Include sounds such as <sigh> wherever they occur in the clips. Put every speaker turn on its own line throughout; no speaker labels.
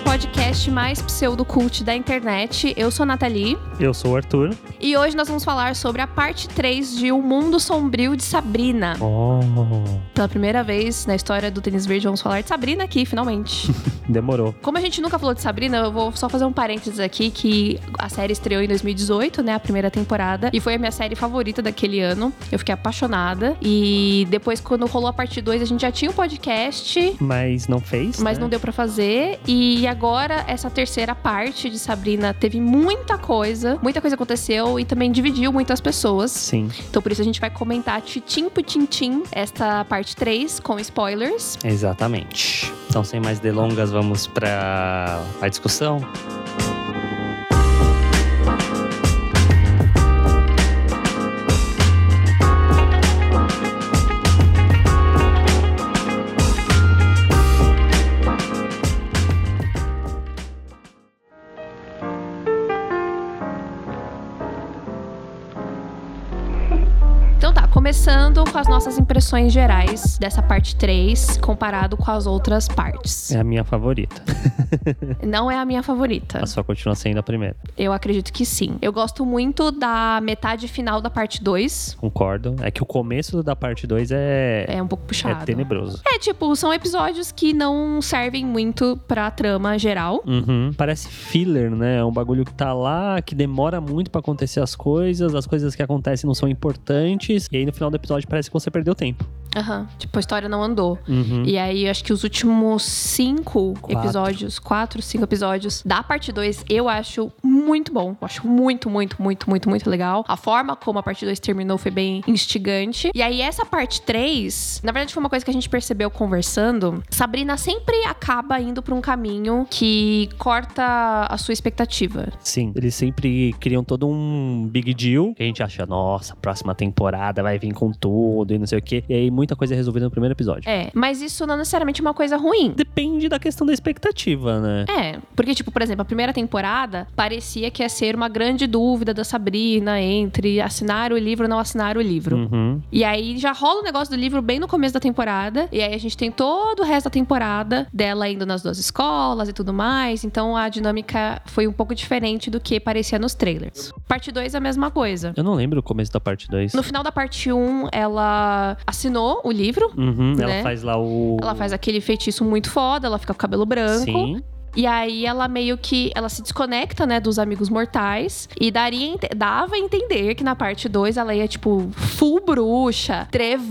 podcast mais pseudocult da internet. Eu sou a Nathalie.
Eu sou o Arthur.
E hoje nós vamos falar sobre a parte 3 de O Mundo Sombrio de Sabrina.
Oh,
Pela primeira vez na história do Tênis Verde, vamos falar de Sabrina aqui, finalmente.
demorou.
Como a gente nunca falou de Sabrina, eu vou só fazer um parênteses aqui que a série estreou em 2018, né, a primeira temporada, e foi a minha série favorita daquele ano. Eu fiquei apaixonada e depois quando rolou a parte 2, a gente já tinha o podcast,
Mas não fez?
mas
né?
não deu pra fazer e agora essa terceira parte de Sabrina teve muita coisa, muita coisa aconteceu e também dividiu muitas pessoas.
Sim,
Então por isso a gente vai comentar titim por tintim esta parte 3 com spoilers.
exatamente. Então, sem mais delongas, vamos para a discussão.
Então tá, começando com as nossas impressões gerais dessa parte 3, comparado com as outras partes.
É a minha favorita.
Não é a minha favorita.
A sua continua sendo a primeira.
Eu acredito que sim. Eu gosto muito da metade final da parte 2.
Concordo. É que o começo da parte 2 é,
É um pouco puxado.
é tenebroso.
É, tipo, são episódios que não servem muito pra trama geral.
Uhum. Parece filler, né? É um bagulho que tá lá, que demora muito pra acontecer as coisas, as coisas que acontecem não são importantes, e aí no final do episódio parece que você perdeu tempo.
Aham. Tipo, a história não andou.
Uhum.
E aí, acho que os últimos cinco
Quatro.
episódios, quatro, cinco episódios da parte 2, eu acho muito bom. Eu acho muito, muito, muito, muito, muito legal. A forma como a parte 2 terminou foi bem instigante. E aí, essa parte 3, na verdade, foi uma coisa que a gente percebeu conversando. Sabrina sempre acaba indo pra um caminho que corta a sua expectativa.
Sim, eles sempre criam todo um big deal. que A gente acha, nossa, próxima temporada vai vir com tudo e não sei o quê. E aí muita coisa é resolvida no primeiro episódio.
É, mas isso não necessariamente é uma coisa ruim.
Depende da questão da expectativa, né?
É, porque, tipo, por exemplo, a primeira temporada parecia que ia ser uma grande dúvida da Sabrina entre assinar o livro ou não assinar o livro.
Uhum.
E aí já rola o negócio do livro bem no começo da temporada. E aí a gente tem todo o resto da temporada dela indo nas duas escolas e tudo mais. Então a dinâmica foi um pouco diferente do que parecia nos trailers. Parte 2 é a mesma coisa.
Eu não lembro o começo da parte 2.
No final da parte 1, um, ela assinou o livro.
Uhum.
né?
Ela faz lá o.
Ela faz aquele feitiço muito foda, ela fica com o cabelo branco.
Sim.
E aí ela meio que ela se desconecta, né, dos amigos mortais e daria a ente- dava a entender que na parte 2 ela ia tipo full bruxa,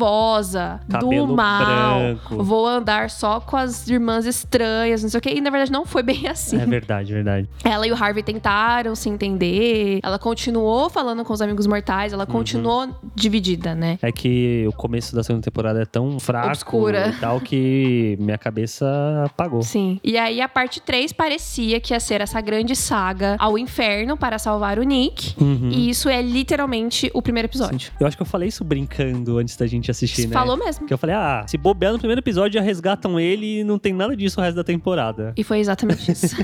trevosa,
Cabelo
do mal.
branco.
Vou andar só com as irmãs estranhas, não sei o quê. E na verdade não foi bem <laughs> assim.
É verdade, verdade.
Ela e o Harvey tentaram se entender. Ela continuou falando com os amigos mortais,
Uhum.
ela continuou dividida, né?
É que o começo da segunda temporada é tão fraco
Obscura.
e tal que minha cabeça apagou.
Sim. E aí a parte 3 parecia que ia ser essa grande saga ao inferno para salvar o Nick.
Uhum.
E isso é literalmente o primeiro episódio.
Eu acho que eu falei isso brincando antes da gente assistir, né?
Falou mesmo.
Que eu falei, ah, se bobear no primeiro episódio, já resgatam ele e não tem nada disso o resto da temporada.
E foi
<laughs>
exatamente isso.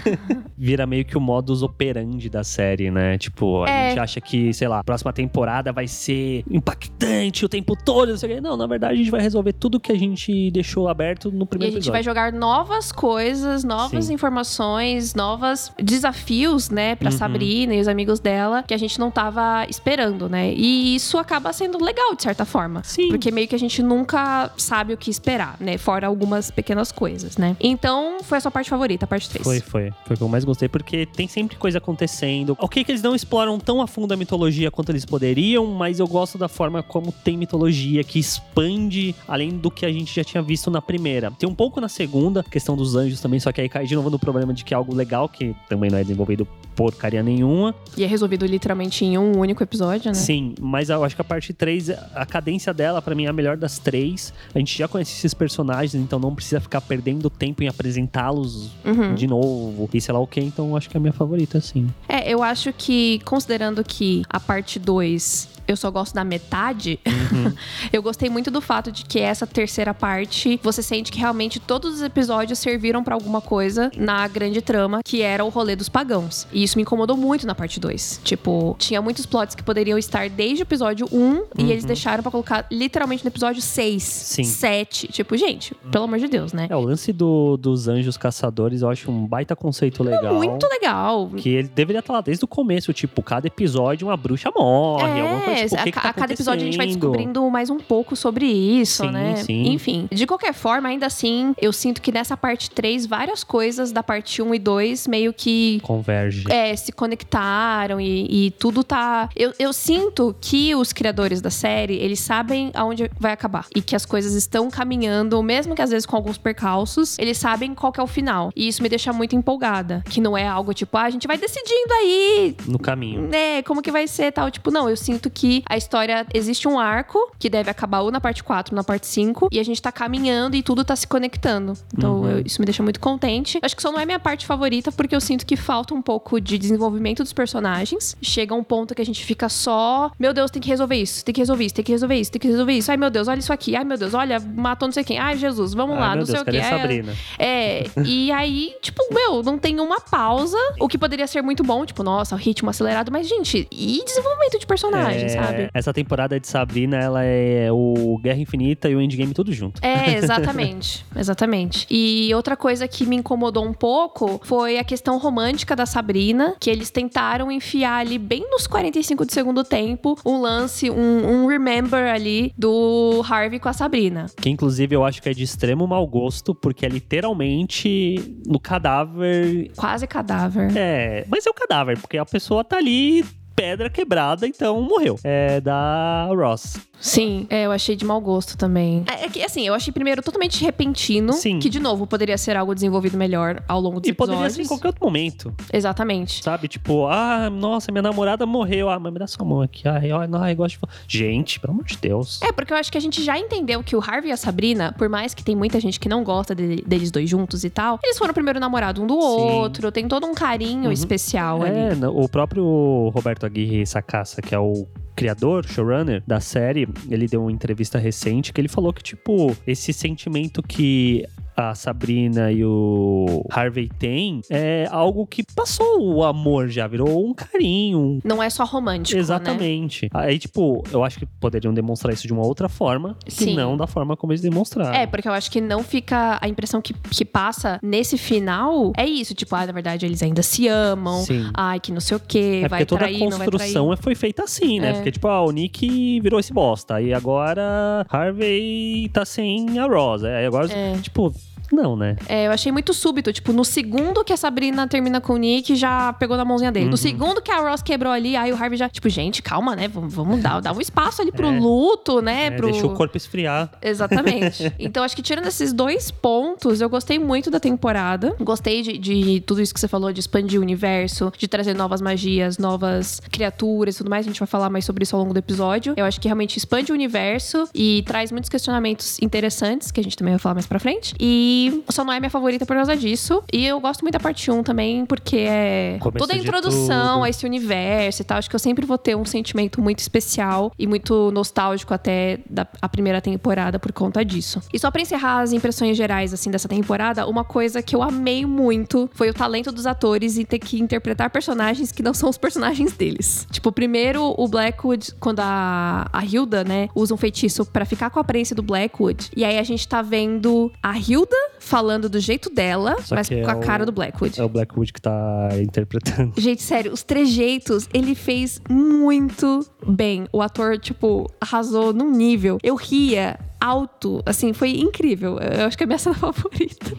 Vira meio que o modus operandi da série, né? Tipo, a
É.
gente acha que, sei lá, a próxima temporada vai ser impactante o tempo todo, não sei o quê. Não, na verdade, a gente vai resolver tudo que a gente deixou aberto no
e a
primeiro
gente vai
episódio.
jogar novas coisas, novas
Sim.
informações, novos desafios, né, pra
Uhum.
Sabrina e os amigos dela, que a gente não tava esperando, né? E isso acaba sendo legal, de certa forma.
Sim.
Porque meio que a gente nunca sabe o que esperar, né? Fora algumas pequenas coisas, né? Então, foi a sua parte favorita, a parte 3.
Foi, foi. Foi o que eu mais gostei, porque tem sempre coisa acontecendo. Ok, que eles não exploram tão a fundo a mitologia quanto eles poderiam, mas eu gosto da forma como tem mitologia, que expande além do que a gente já tinha visto na primeira. Tem um pouco na segunda, questão dos anjos também, só que aí cai de novo no problema de que é algo legal, que também não é desenvolvido porcaria nenhuma.
E é resolvido literalmente em um único episódio, né?
Sim, mas eu acho que a parte 3, a cadência dela, pra mim, é a melhor das três. A gente já conhece esses personagens, então não precisa ficar perdendo tempo em apresentá-los
Uhum.
de novo e sei lá o que, então acho que é a minha favorita, sim.
É, eu acho que, considerando que a parte 2 eu só gosto da metade,
Uhum.
<laughs> eu gostei muito do fato de que essa terceira parte você sente que realmente todos os episódios serviram pra alguma coisa na grande trama, que era o rolê dos pagãos. E isso me incomodou muito na parte 2. Tipo, tinha muitos plots que poderiam estar desde o episódio 1 e eles deixaram pra colocar literalmente no episódio 6,
Uhum. Sim.
7. Tipo, gente, pelo amor de Deus, né?
É, o lance do- dos anjos caçadores eu acho um baita conceito legal.
É Muito legal.
Que ele deveria estar lá desde o começo, tipo, cada episódio uma bruxa morre, alguma coisa tipo, o
É, a,
que que
ca-
tá
a cada episódio a gente vai
acontecendo?
descobrindo mais um pouco sobre isso,
Sim,
né?
sim.
Enfim, de qualquer forma, ainda assim, eu sinto que nessa parte 3, várias coisas da parte 1 e 2 meio que
Converge.
é, se conectaram e, e tudo tá. Eu, eu sinto que os criadores da série, eles sabem aonde vai acabar. E que as coisas estão caminhando, mesmo que às vezes com alguns percalços, eles sabem qual que é o final. E isso me deixa muito empolgada. Que não é algo tipo, ah, a gente vai decidindo aí,
No caminho.
né, como que vai ser tal. Tipo, não, eu sinto que a história existe um arco que deve acabar ou na parte 4 ou na parte 5. E a gente tá caminhando e tudo tá se conectando. Então,
Uhum.
eu- isso me deixa muito contente. Acho que só não é minha parte favorita, porque eu sinto que falta um pouco de desenvolvimento dos personagens. Chega um ponto que a gente fica só. Meu Deus, tem que resolver isso, tem que resolver isso, tem que resolver isso, tem que resolver isso. Ai, meu Deus, olha isso aqui. Ai, meu Deus, olha, matou não sei quem. Ai, Jesus, vamos
Ai,
lá,
meu
não
Deus,
sei o quê.
cadê a
Ai,
Sabrina?
é, e aí, tipo, meu, não tem uma pausa, o que poderia ser muito bom, tipo, nossa, o ritmo acelerado, mas, gente, e desenvolvimento de personagem,
É,
sabe?
Essa temporada de Sabrina, ela é o Guerra Infinita e o Endgame tudo junto.
É, exatamente. Exatamente. E outra coisa que me incomodou um pouco foi a questão romântica da Sabrina, que eles tentaram enfiar ali bem nos 45 do segundo tempo um lance, um, um remember ali do Harvey com a Sabrina.
Que inclusive eu acho que é de extremo mau gosto, porque é literalmente no cadáver.
Quase cadáver.
É. Mas é o cadáver, porque a pessoa tá ali, pedra quebrada, então morreu. É da Ross.
Sim, é, eu achei de mau gosto também. É, é que, assim, eu achei primeiro totalmente repentino,
Sim.
que de novo poderia ser algo desenvolvido melhor ao longo dos
E
episódios.
poderia ser em qualquer outro momento,
Exatamente.
sabe? Tipo, ah, nossa, minha namorada morreu. Ah, mas me dá sua mão aqui. Ah, eu, não, eu gosto de. fo- Gente, pelo amor de Deus.
É, porque eu acho que a gente já entendeu que o Harvey e a Sabrina, por mais que tem muita gente que não gosta dele- deles dois juntos e tal, eles foram primeiro namorado um do outro, tem todo um carinho especial ali.
Uhum. É, não, o próprio Roberto Aguirre Sacasa, que é o criador, showrunner da série, ele deu uma entrevista recente que ele falou que, tipo, esse sentimento que a Sabrina e o Harvey têm é algo que passou o amor já, virou um carinho, um
Não é só romântico, né?
Exatamente. Aí, tipo, eu acho que poderiam demonstrar isso de uma outra forma, que
Sim.
não da forma como eles demonstraram.
É, porque eu acho que não fica. A impressão que, que passa nesse final é isso. Tipo, ah, na verdade, eles ainda se amam.
Sim.
Ai, que não sei o quê.
É
vai
porque toda
trair,
a
não vai trair.
construção é- foi feita assim, né?
É.
Porque, tipo, ah, o Nick virou esse bosta. E agora Harvey tá sem a Rosa. Aí agora,
É.
tipo, não, né?
É, eu achei muito súbito. Tipo, no segundo que a Sabrina termina com o Nick, já pegou na mãozinha
Uhum.
dele. No segundo que a Ross quebrou ali, aí o Harvey já. Tipo, gente, calma, né? Vamos, vamos dar, dar um espaço ali pro
É.
luto, né?
É,
pro...
Deixa o corpo esfriar.
<laughs> Exatamente. Então, acho que tirando esses dois pontos, eu gostei muito da temporada. Gostei de, de tudo isso que você falou, de expandir o universo, de trazer novas magias, novas criaturas e tudo mais. A gente vai falar mais sobre isso ao longo do episódio. Eu acho que realmente expande o universo e traz muitos questionamentos interessantes, que a gente também vai falar mais pra frente. E só não é minha favorita por causa disso. E eu gosto muito da parte 1 também, porque é
Começo
toda a
de
introdução
tudo.
a esse universo e tal. Acho que eu sempre vou ter um sentimento muito especial e muito nostálgico até da a primeira temporada por conta disso. E só pra encerrar as impressões gerais assim dessa temporada, uma coisa que eu amei muito foi o talento dos atores e ter que interpretar personagens que não são os personagens deles. Tipo, primeiro o Blackwood quando a a Hilda, né, usa um feitiço pra ficar com a aparência do Blackwood. E aí a gente tá vendo a Hilda falando do jeito dela,
Só
mas
que é
com a
o-
cara do Blackwood.
É o Blackwood que tá <laughs> interpretando.
Gente, sério, os trejeitos, ele fez muito bem. O ator, tipo, arrasou num nível. Eu ria alto, assim, foi incrível. Eu acho que é a minha <laughs> cena favorita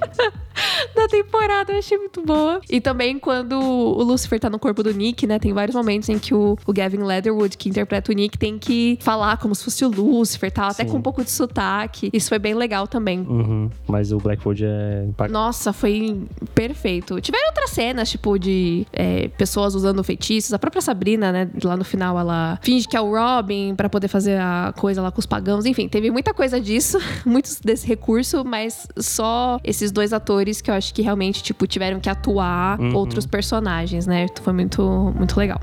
da temporada, eu achei muito boa. E também quando o Lucifer tá no corpo do Nick, né? Tem vários momentos em que o, o Gavin Leatherwood, que interpreta o Nick, tem que falar como se fosse o Lucifer e tal, até
Sim.
com um pouco de sotaque. Isso foi bem legal também.
Uhum. Mas o Blackwood é impactante.
Nossa, foi perfeito. Tiveram outras cenas, tipo, de é, pessoas usando feitiços. A própria Sabrina, né, lá no final, ela finge que é o Robin pra poder fazer a coisa lá com os pagãos. Enfim, teve muita coisa disso, <laughs> muitos desse recurso, mas só esses dois atores que eu acho que realmente, tipo, tiveram que atuar
Uhum.
outros personagens, né? Foi muito, muito legal.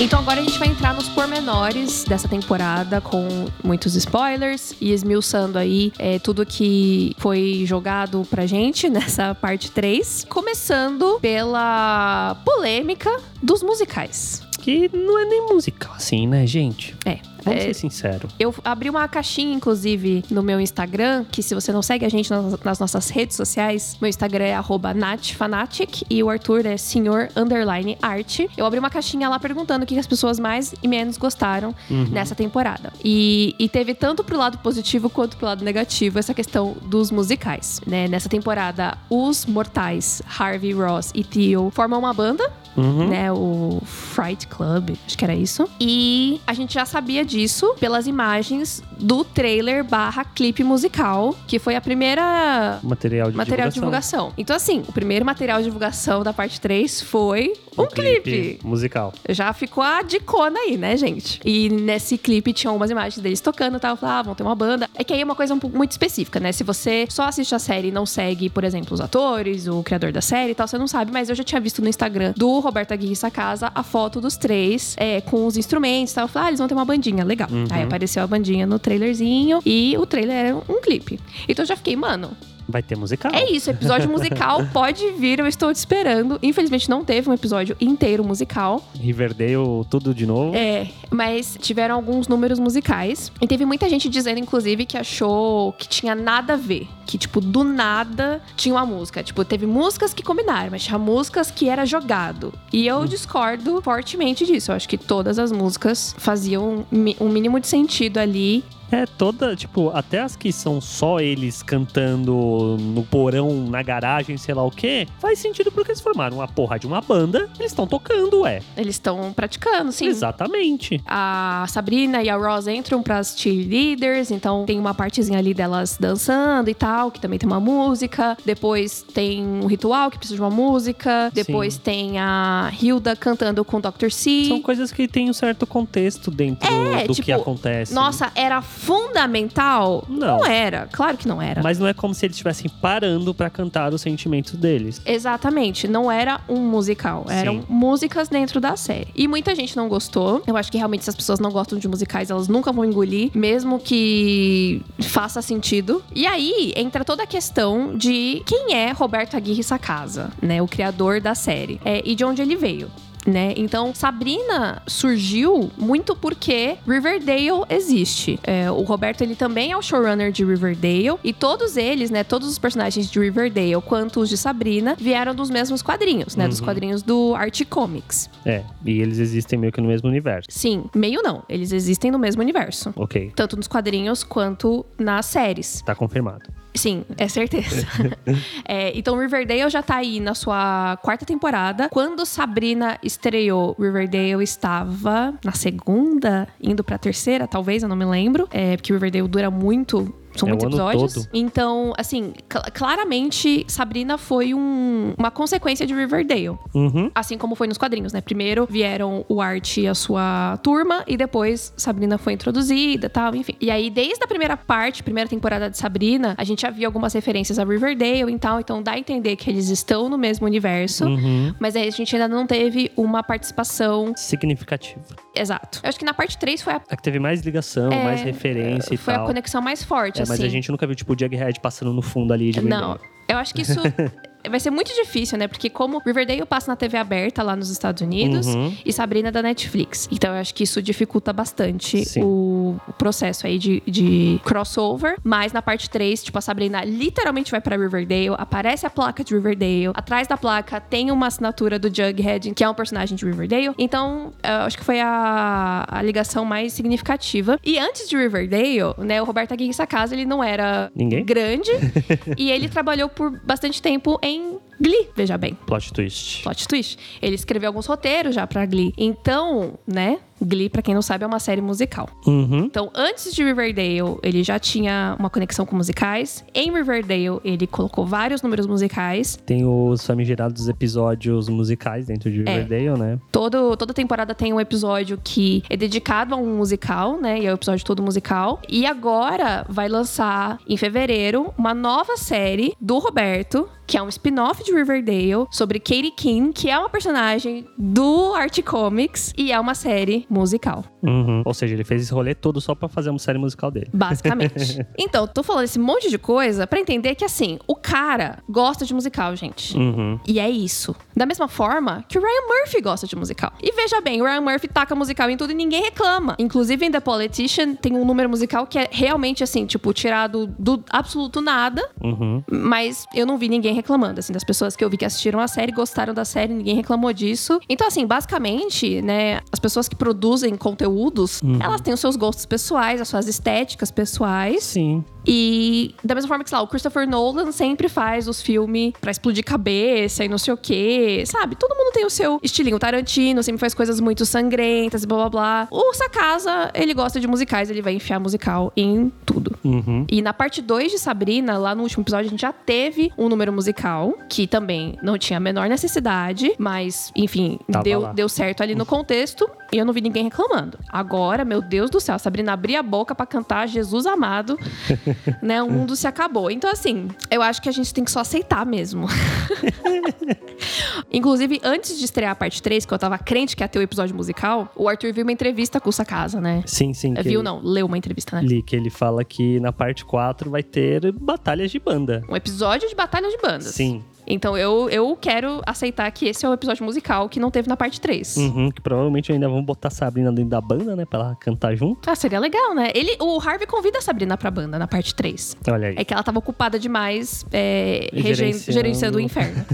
Então agora a gente vai entrar nos pormenores dessa temporada com muitos spoilers e esmiuçando aí é, tudo que foi jogado pra gente <laughs> nessa parte 3. Começando pela polêmica dos musicais.
Que não é nem musical, assim, né, gente?
É,
Vamos
é,
ser sinceros.
eu abri uma caixinha, inclusive, no meu Instagram, que se você não segue a gente nas, nas nossas redes sociais, meu Instagram é arroba natfanatic e o Arthur é senhor underline arte. Eu abri uma caixinha lá perguntando o que as pessoas mais e menos gostaram nessa temporada. E, e teve tanto pro lado positivo quanto pro lado negativo essa questão dos musicais. né? Nessa temporada, os mortais Harvey, Ross e Theo formam uma banda
Uhum.
né? O Fright Club, acho que era isso. E a gente já sabia disso pelas imagens do trailer barra clipe musical, que foi a primeira
Material de
material
divulgação.
de divulgação. Então, assim, o primeiro material de divulgação da parte 3 foi um, clipe.
Musical.
Já ficou a dicona aí, né, gente? E nesse clipe tinham umas imagens deles tocando e tal. Eu Falava, ah, vão ter uma banda. É que aí é uma coisa um pouco muito específica, né? Se você só assiste a série e não segue, por exemplo, os atores, o criador da série e tal, você não sabe. Mas eu já tinha visto no Instagram do Roberto Aguirre Sacasa a foto dos três é, com os instrumentos e tal. Eu Falava, ah, eles vão ter uma bandinha, legal.
Uhum.
Aí apareceu a bandinha no trailerzinho e o trailer era um clipe. Então eu já fiquei, mano,
Vai ter musical.
é isso, episódio <laughs> musical pode vir, eu estou te esperando. Infelizmente não teve um episódio inteiro musical,
Riverdale, tudo de novo.
é, mas tiveram alguns números musicais. E teve muita gente dizendo, inclusive, que achou que tinha nada a ver. Que, tipo, do nada tinha uma música. Tipo, teve músicas que combinaram, mas tinha músicas que era jogado. E eu discordo fortemente disso. Eu acho que todas as músicas faziam mi- um mínimo de sentido ali.
É, toda, tipo, até as que são só eles cantando no porão, na garagem, sei lá o quê, faz sentido porque eles formaram uma porra de uma banda, eles estão tocando, ué.
Eles estão praticando, sim.
Exatamente.
A Sabrina e a Ross entram pras cheerleaders, então tem uma partezinha ali delas dançando e tal, que também tem uma música. Depois tem um ritual que precisa de uma música. Depois
Sim.
tem a Hilda cantando com o Dr. C.
São coisas que têm um certo contexto dentro
É,
do
tipo,
que acontece.
Nossa, era fundamental?
Não.
era, claro que não era.
Mas não é como se eles estivessem parando pra cantar os sentimentos deles.
Exatamente, não era um musical, eram
Sim.
músicas dentro da série. E muita gente não gostou. Eu acho que realmente se as pessoas não gostam de musicais, elas nunca vão engolir, mesmo que faça sentido. E aí entra toda a questão de quem é Roberto Aguirre Sacasa, né, o criador da série, é, e de onde ele veio. Né? Então, Sabrina surgiu muito porque Riverdale existe. É, o Roberto ele também é o showrunner de Riverdale e todos eles, né, todos os personagens de Riverdale, quanto os de Sabrina, vieram dos mesmos quadrinhos, né, dos
Uhum.
quadrinhos do Art Comics.
É, e eles existem meio que no mesmo universo.
Sim, meio não, eles existem no mesmo universo,
Ok,
tanto nos quadrinhos quanto nas séries.
tá confirmado.
Sim, é
<laughs>
certeza. É, então, Riverdale já tá aí na sua quarta temporada. Quando Sabrina estreou, Riverdale estava na segunda, indo pra terceira, talvez, eu não me lembro. É, porque Riverdale dura muito. São
É o
muitos
ano
episódios.
todo.
Então, assim, cl- claramente, Sabrina foi um- uma consequência de Riverdale.
Uhum.
Assim como foi nos quadrinhos, né? Primeiro vieram o Art e a sua turma, e depois Sabrina foi introduzida e tal, enfim. E aí, desde a primeira parte, primeira temporada de Sabrina, a gente já via algumas referências a Riverdale e tal, então dá a entender que eles estão no mesmo universo.
Uhum.
Mas aí a gente ainda não teve uma participação.
Significativo.
Exato. Eu acho que na parte 3 foi a,
A que teve mais ligação,
É,
mais referência e
foi a
tal.
conexão mais forte,
É,
assim.
mas a gente nunca viu, tipo, o Jughead passando no fundo ali de
Não.
Riverdale.
Eu acho que isso
<laughs>
vai ser muito difícil, né? Porque como Riverdale passa na TV aberta lá nos Estados Unidos
Uhum.
e Sabrina é da Netflix. Então eu acho que isso dificulta bastante
Sim.
o o processo aí de, de crossover. Mas na parte 3, tipo, a Sabrina literalmente vai pra Riverdale, aparece a placa de Riverdale. Atrás da placa tem uma assinatura do Jughead, que é um personagem de Riverdale. Então, eu acho que foi a, a ligação mais significativa. E antes de Riverdale, né, o Roberto Aguirre Sacasa, ele não era
Ninguém?
grande. e ele trabalhou por bastante tempo em Glee, veja bem.
Plot twist.
Plot twist. Ele escreveu alguns roteiros já pra Glee. Então, né? Glee, pra quem não sabe, é uma série musical.
Uhum.
Então, antes de Riverdale, ele já tinha uma conexão com musicais. Em Riverdale, ele colocou vários números musicais.
Tem os famigerados episódios musicais dentro de
É.
Riverdale, né?
Todo, toda temporada tem um episódio que é dedicado a um musical, né? E é o episódio todo musical. E agora vai lançar, em fevereiro, uma nova série do Roberto, que é um spin-off de Riverdale, sobre Katie King, que é uma personagem do Art Comics e é uma série musical.
Uhum. Ou seja, ele fez esse rolê todo só pra fazer uma série musical dele.
Basicamente. <laughs> então, tô falando esse monte de coisa pra entender que, assim, o cara gosta de musical, gente.
Uhum.
E é isso. Da mesma forma que o Ryan Murphy gosta de musical. E veja bem, o Ryan Murphy taca musical em tudo e ninguém reclama. Inclusive, em The Politician, tem um número musical que é realmente, assim, tipo, tirado do absoluto nada.
Uhum.
Mas eu não vi ninguém reclamando, assim, das pessoas que eu vi que assistiram a série, gostaram da série, ninguém reclamou disso. Então, assim, basicamente, né, as pessoas que produzem conteúdos, elas têm os seus gostos pessoais, as suas estéticas pessoais.
Sim.
E da mesma forma que, sei lá, o Christopher Nolan sempre faz os filmes pra explodir cabeça e não sei o quê, sabe? Todo mundo tem o seu estilinho. O Tarantino sempre faz coisas muito sangrentas e blá blá blá. O Sakasa, ele gosta de musicais, ele vai enfiar musical em tudo.
Uhum.
E na parte 2 de Sabrina, lá no último episódio, a gente já teve um número musical, que também não tinha a menor necessidade, mas, enfim,
Tava lá.
deu, deu certo ali no contexto e eu não vi ninguém reclamando. Agora, meu Deus do céu, a Sabrina abria a boca pra cantar Jesus
<laughs>
amado, né? O mundo se acabou. Então, assim, eu acho que a gente tem que só aceitar mesmo.
<laughs>
Inclusive, antes de estrear a parte 3, que eu tava crente que ia ter o episódio musical, o Arthur viu uma entrevista com o Sakasa, né?
Sim, sim. que
Viu,
ele-
não, leu uma entrevista, né?
Li que ele fala que na parte 4 vai ter batalhas de banda.
Um episódio de batalha de bandas.
Sim.
Então eu, eu quero aceitar que esse é o episódio musical que não teve na parte 3.
Uhum, que provavelmente ainda vão botar a Sabrina dentro da banda, né? Pra ela cantar junto.
Ah, seria legal, né? Ele, o Harvey convida a Sabrina pra banda na parte 3.
Então, Olha aí.
É que ela tava ocupada demais é, regen-
Gerenciando.
gerenciando. o inferno.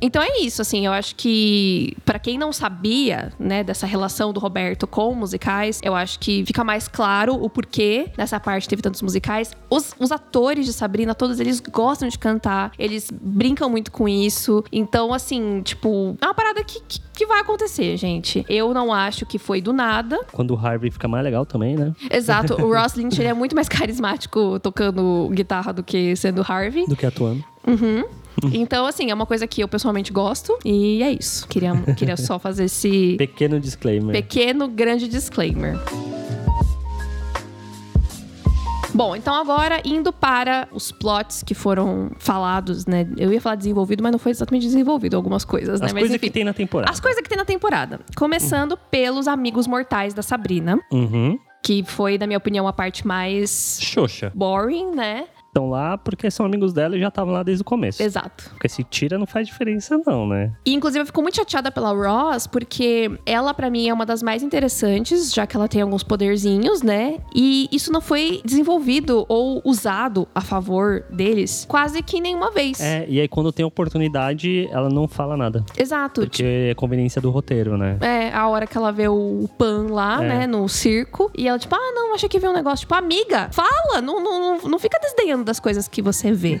então é isso, assim, eu acho que pra quem não sabia, né, dessa relação do Roberto com musicais, eu acho que fica mais claro o porquê nessa parte teve tantos musicais. Os, os atores de Sabrina, todos eles gostam de cantar, eles brincam muito com isso. Então, assim, tipo, é uma parada que, que, que vai acontecer, gente. Eu não acho que foi do nada.
Quando o Harvey fica mais legal também, né?
Exato, o Ross Lynch ele é muito mais <laughs> carismático tocando guitarra do que sendo Harvey.
Do que atuando. Uhum.
Então, assim, é uma coisa que eu pessoalmente gosto e é isso. Queria, queria só fazer esse
<laughs> Pequeno disclaimer.
pequeno, grande disclaimer. Bom, então agora indo para os plots que foram falados, né? Eu ia falar desenvolvido, mas não foi exatamente desenvolvido algumas coisas, né?
As
mas
coisas
enfim.
que tem na temporada.
As coisas que tem na temporada. Começando pelos amigos mortais da Sabrina,
Uhum.
que foi, na minha opinião, a parte mais
Xoxa.
boring, né?
Estão lá porque são amigos dela e já estavam lá desde o começo.
Exato.
Porque se tira não faz diferença não, né?
E, inclusive, eu fico muito chateada pela Ross, porque ela, pra mim, é uma das mais interessantes, já que ela tem alguns poderzinhos, né? E isso não foi desenvolvido ou usado a favor deles quase que nenhuma vez.
É, e aí quando tem oportunidade, ela não fala nada.
Exato. Tipo,
Porque é conveniência do roteiro, né?
É, a hora que ela vê o Pan lá,
É.
né, no circo. E ela, tipo, ah, não, achei que vi um negócio. Tipo, amiga, fala! Não, não, não, não fica desdenhando das coisas que você
<laughs>
vê.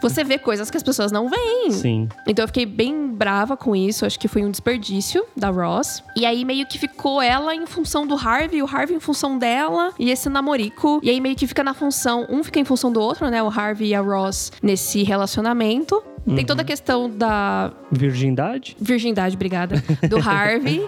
você vê coisas que as pessoas não veem.
Sim.
Então eu fiquei bem brava com isso, acho que foi um desperdício da Ross. E aí meio que ficou ela em função do Harvey, o Harvey em função dela e esse namorico. E aí meio que fica na função, um fica em função do outro, né? O Harvey e a Ross nesse relacionamento. Tem toda a questão da
Virgindade?
virgindade, obrigada, do Harvey.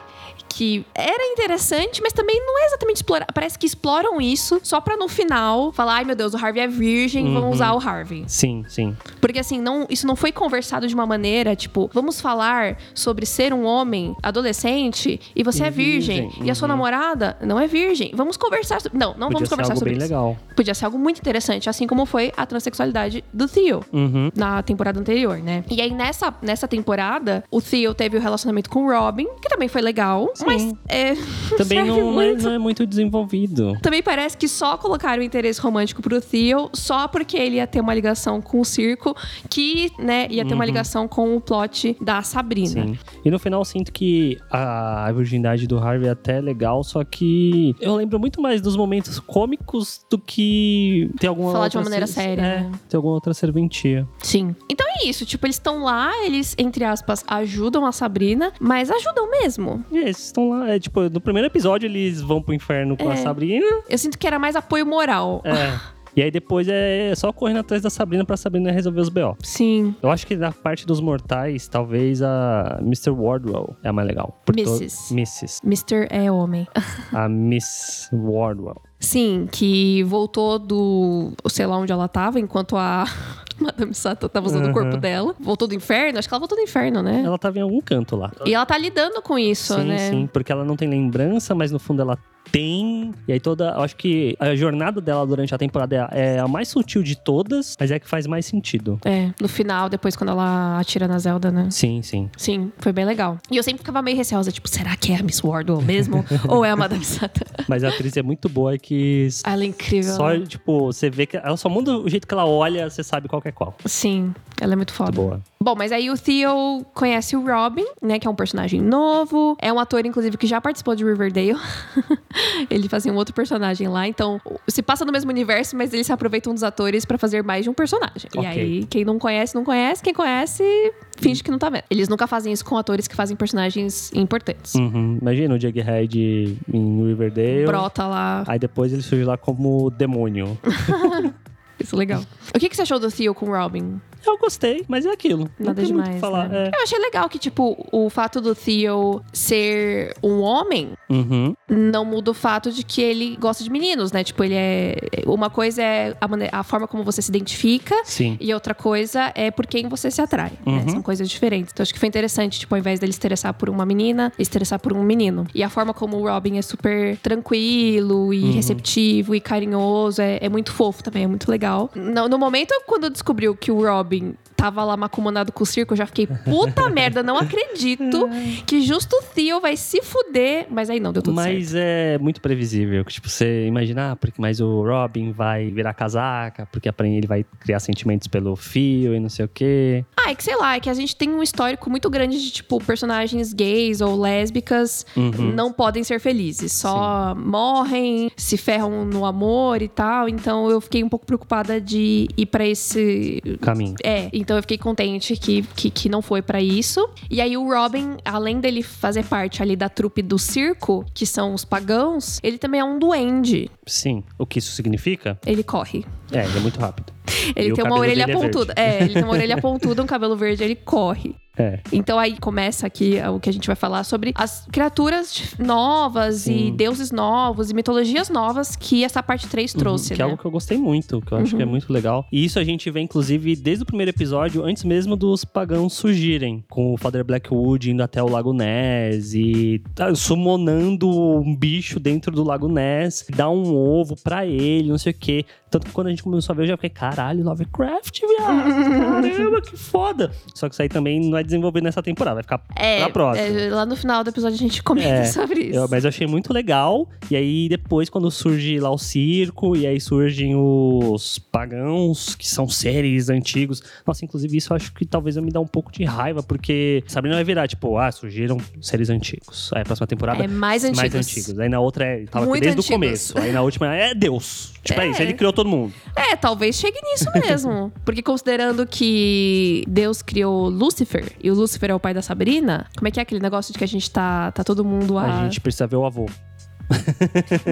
Que era interessante, mas também não é exatamente explorar. Parece que exploram isso só pra no final falar: ai meu Deus, o Harvey é virgem,
Uhum.
vamos usar o Harvey.
Sim, sim.
Porque assim, não, isso não foi conversado de uma maneira, tipo, vamos falar sobre ser um homem adolescente e você
E
é virgem.
virgem,
E a sua
uhum.
namorada não é virgem. Vamos conversar sobre. Não, não
Podia
vamos
ser
conversar
algo
sobre
bem
isso.
legal.
Podia ser algo muito interessante, assim como foi a transexualidade do Theo
Uhum.
na temporada anterior, né? E aí nessa, nessa temporada, o Theo teve o relacionamento com o Robin, que também foi legal, mas é, <laughs>
Também
serve
não, não é,
muito.
não é muito desenvolvido.
Também parece que só colocaram o interesse romântico pro Theo só porque ele ia ter uma ligação com o circo, que, né, ia ter uma ligação com o plot da Sabrina.
Uhum. Sim. E no final eu sinto que a a virgindade do Harvey é até legal, só que eu lembro muito mais dos momentos cômicos do que ter alguma
Falar de
outra
uma maneira
ser-
séria,
É,
né?
ter alguma outra serventia.
Sim. Então é isso, tipo, eles estão lá, eles, entre aspas, ajudam a Sabrina, mas ajudam mesmo.
E eles estão lá. É tipo, no primeiro episódio eles vão pro inferno com a
É.
Sabrina.
Eu sinto que era mais apoio moral.
É. E aí depois é só correndo atrás da Sabrina pra Sabrina resolver os BO.
Sim.
Eu acho que da parte dos mortais, talvez a Mr. Wardwell é a mais legal. Por to-
Mrs..
Mrs.
Mr. é homem.
A Miss Wardwell.
<laughs> Sim, que voltou do. sei lá onde ela tava, enquanto a <laughs> Madame Sato tava usando o corpo
Aham.
dela. Voltou do inferno? Acho que ela voltou do inferno, né?
Uhum. Ela tava em algum canto lá.
E ela tá lidando com isso,
sim,
né?
sim. Porque ela não tem lembrança, mas no fundo ela tem. E aí toda. Eu acho que a jornada dela durante a temporada é a- é a mais sutil de todas, mas é a que faz mais sentido.
É, no final, depois quando ela atira na Zelda, né?
Sim, sim.
Sim, foi bem legal. E eu sempre ficava meio receosa, tipo, será que é a Miss Wardwell <laughs> mesmo? Ou é a Madame Satan?
Mas a atriz é muito boa, é que.
Ela é incrível.
Só,
né?
tipo, você vê que ela só muda o jeito que ela olha, você sabe qual que é qual.
Sim, ela é muito foda.
Tá boa.
Bom, mas aí o Theo conhece o Robin, né? Que é um personagem novo. É um ator, inclusive, que já participou de Riverdale. <laughs> ele fazia um outro personagem lá. Então, se passa no mesmo universo, mas eles se aproveitam dos atores pra fazer mais de um personagem. E
Ok.
aí, quem não conhece, não conhece. Quem conhece, finge que não tá vendo. Eles nunca fazem isso com atores que fazem personagens importantes.
Uhum. Imagina o Jughead em Riverdale.
Brota lá.
Aí depois ele surge lá como demônio.
Isso é legal. O que, que você achou do Theo com o Robin?
Eu gostei, mas é aquilo. Não
Nada
tem muito o
demais.
que falar.
né?
É.
Eu achei legal que, tipo, o fato do Theo ser um homem
Uhum.
não muda o fato de que ele gosta de meninos, né? Tipo, ele é. Uma coisa é a, mane- a forma como você se identifica.
Sim.
E outra coisa é por quem você se atrai. né?
Uhum.
São coisas diferentes. Então acho que foi interessante, tipo, ao invés dele se interessar por uma menina, ele se interessar por um menino. E a forma como o Robin é super tranquilo
Uhum.
e receptivo e carinhoso é, é muito fofo também, é muito legal. No, no momento, quando eu descobriu que o Robin tava lá macumanado com o circo, eu já fiquei,
<laughs>
puta merda, não acredito que justo o Theo vai se fuder. Mas aí não, deu tudo certo.
Mas é muito previsível. que, Tipo, você imagina, ah, porque, mas o Robin vai virar casaca, porque aprende- ele vai criar sentimentos pelo fio e não sei o quê.
Ah, é que sei lá, é que a gente tem um histórico muito grande de, tipo, personagens gays ou lésbicas
Uhum.
não podem ser felizes. Só morrem, se ferram no amor e tal. Então eu fiquei um pouco preocupada de ir pra esse.
Caminho.
É, então eu fiquei contente que, que, que não foi pra isso. E aí o Robin, além dele fazer parte ali da trupe do circo, que são os pagãos, ele também é um duende.
Sim. O que isso significa?
Ele corre.
É, ele é muito rápido.
Ele
E o
tem uma
cabelo
orelha
dele é verde.
pontuda. É, ele tem uma orelha pontuda, um cabelo verde, ele corre.
É.
Então aí começa aqui é, o que a gente vai falar sobre as criaturas dif- novas e deuses novos e mitologias novas que essa parte 3 trouxe,
que
né? Uhum.
é algo que eu gostei muito, que eu acho que é muito legal. E isso a gente vê, inclusive, desde o primeiro episódio, antes mesmo dos pagãos surgirem. Com o Father Blackwood indo até o Lago Ness e tá, sumonando um bicho dentro do Lago Ness, dá um ovo pra ele, não sei o quê. Tanto que quando a gente começou a ver, eu já fiquei, caralho,
<laughs>
Lovecraft, viado! Caramba, que foda! Só que isso aí também não é desenvolvido nessa temporada, vai ficar
É,
pra próxima.
é, lá no final do episódio a gente comenta
É,
sobre isso.
Eu- mas eu achei muito legal. E aí, depois, quando surge lá o circo, e aí surgem os pagãos, que são seres antigos. Nossa, inclusive, isso eu acho que talvez eu me dá um pouco de raiva, porque Sabrina vai virar, tipo, ah, surgiram seres antigos. Aí a próxima temporada.
É mais antigos.
Mais antigos. Aí na outra é. Tava aqui
Muito
desde o
antigos.
começo. Aí na última é Deus. Tipo, é,
É.
isso, ele criou todo mundo.
É, talvez chegue nisso
<laughs>
mesmo. Porque considerando que Deus criou Lúcifer e o Lúcifer é o pai da Sabrina, como é que é aquele negócio de que a gente tá, tá todo mundo
A gente precisa ver o avô.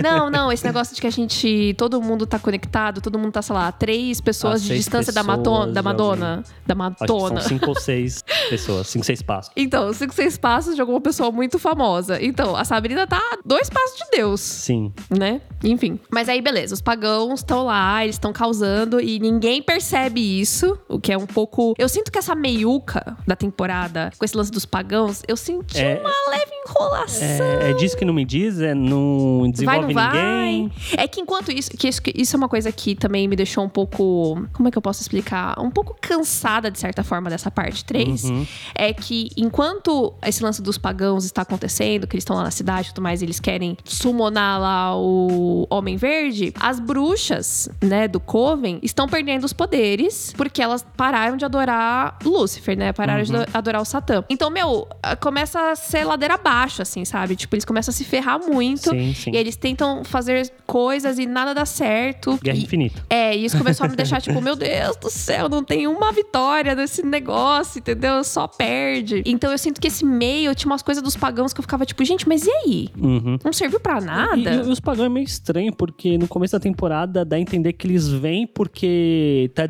Não, não, esse negócio de que a gente. Todo mundo tá conectado, todo mundo tá, sei lá, três pessoas
Às
de
Tá seis
distância da,
pessoas
Mato-
de
da Madonna.
alguém.
Da
Acho que são
Madonna.
cinco ou
<laughs>
seis pessoas, cinco, seis passos.
Então, cinco, seis passos de alguma pessoa muito famosa. Então, a Sabrina tá a dois passos de Deus,
Sim.
né? Enfim. Mas aí, beleza, os pagãos estão lá, eles estão causando e ninguém percebe isso, o que é um pouco. Eu sinto que essa meiuca da temporada, com esse lance dos pagãos, eu senti
É-
uma leve enrolação.
É, é disso que não me diz, é não
vai,
desenvolve
não
ninguém.
vai. É que enquanto isso, que isso, que isso é uma coisa que também me deixou um pouco, como é que eu posso explicar? Um pouco cansada de certa forma dessa parte 3,
Uhum.
é que enquanto esse lance dos pagãos está acontecendo, que eles estão lá na cidade e tudo mais, eles querem summonar lá o Homem Verde, as bruxas, né, do Coven estão perdendo os poderes porque elas pararam de adorar Lúcifer, né? Pararam
Uhum.
de ado- adorar o Satã. Então, meu, começa a ser ladeira abaixo, assim, sabe? Tipo, eles começam a se ferrar muito.
Sim, sim.
E eles tentam fazer coisas e nada dá certo.
Guerra
E-
Infinita.
é, e isso começou a me deixar tipo, meu Deus do céu, não tem uma vitória nesse negócio, entendeu? Deus só perde. Então eu sinto que esse meio tinha umas coisas dos pagãos que eu ficava tipo, gente, mas e aí?
Uhum.
Não serviu pra
E,
nada?
e os pagãos é meio estranho, porque no começo da temporada dá a entender que eles vêm porque tá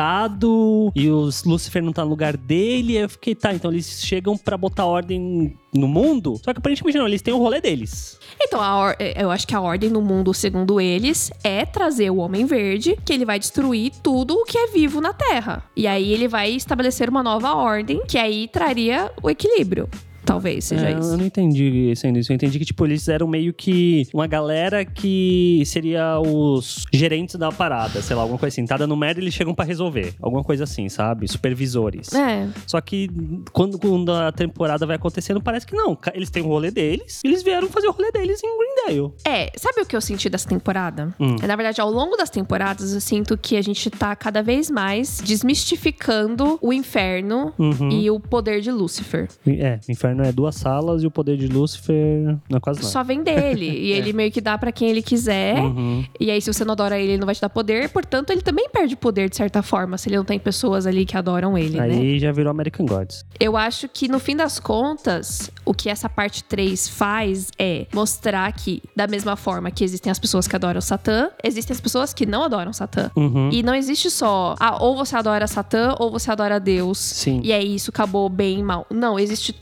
desequilibrado e o Lucifer não tá no lugar dele. Aí eu fiquei, tá, então eles chegam pra botar ordem no mundo. Só que aparentemente não, eles têm o rolê deles.
Então a or- eh, eu acho que a ordem no mundo, segundo eles, é trazer o Homem Verde, que ele vai destruir tudo o que é vivo na Terra. E aí ele vai estabelecer uma nova ordem, que aí traria o equilíbrio. Talvez seja
É, Eu
isso.
não entendi sendo isso. Eu entendi que, tipo, eles eram meio que uma galera que seria os gerentes da parada, sei lá, alguma coisa assim. Tá dando merda, eles chegam pra resolver. Alguma coisa assim, sabe? Supervisores.
É.
Só que quando, quando a temporada vai acontecendo, parece que não. Ca- Eles têm o rolê deles, eles vieram fazer o rolê deles em Greendale.
É, sabe o que eu senti dessa temporada?
Hum.
É, Na verdade, ao longo das temporadas, eu sinto que a gente tá cada vez mais desmistificando o inferno
Uhum.
e o poder de Lúcifer.
É, o inferno é duas salas e o poder de Lúcifer não é quase nada.
Só vem
<laughs>
dele. e ele meio que dá pra quem ele quiser.
É. Uhum.
E aí, se você não adora ele, ele não vai te dar poder. Portanto, ele também perde poder, de certa forma, se ele não tem pessoas ali que adoram ele, né?
Aí já virou American Gods.
Eu acho que no fim das contas, o que essa parte 3 faz é mostrar que, da mesma forma que existem as pessoas que adoram Satã, existem as pessoas que não adoram Satã.
Uhum.
E não existe só, ah, ou você adora Satã ou você adora Deus.
Sim.
E é isso, acabou bem e mal. Não, existe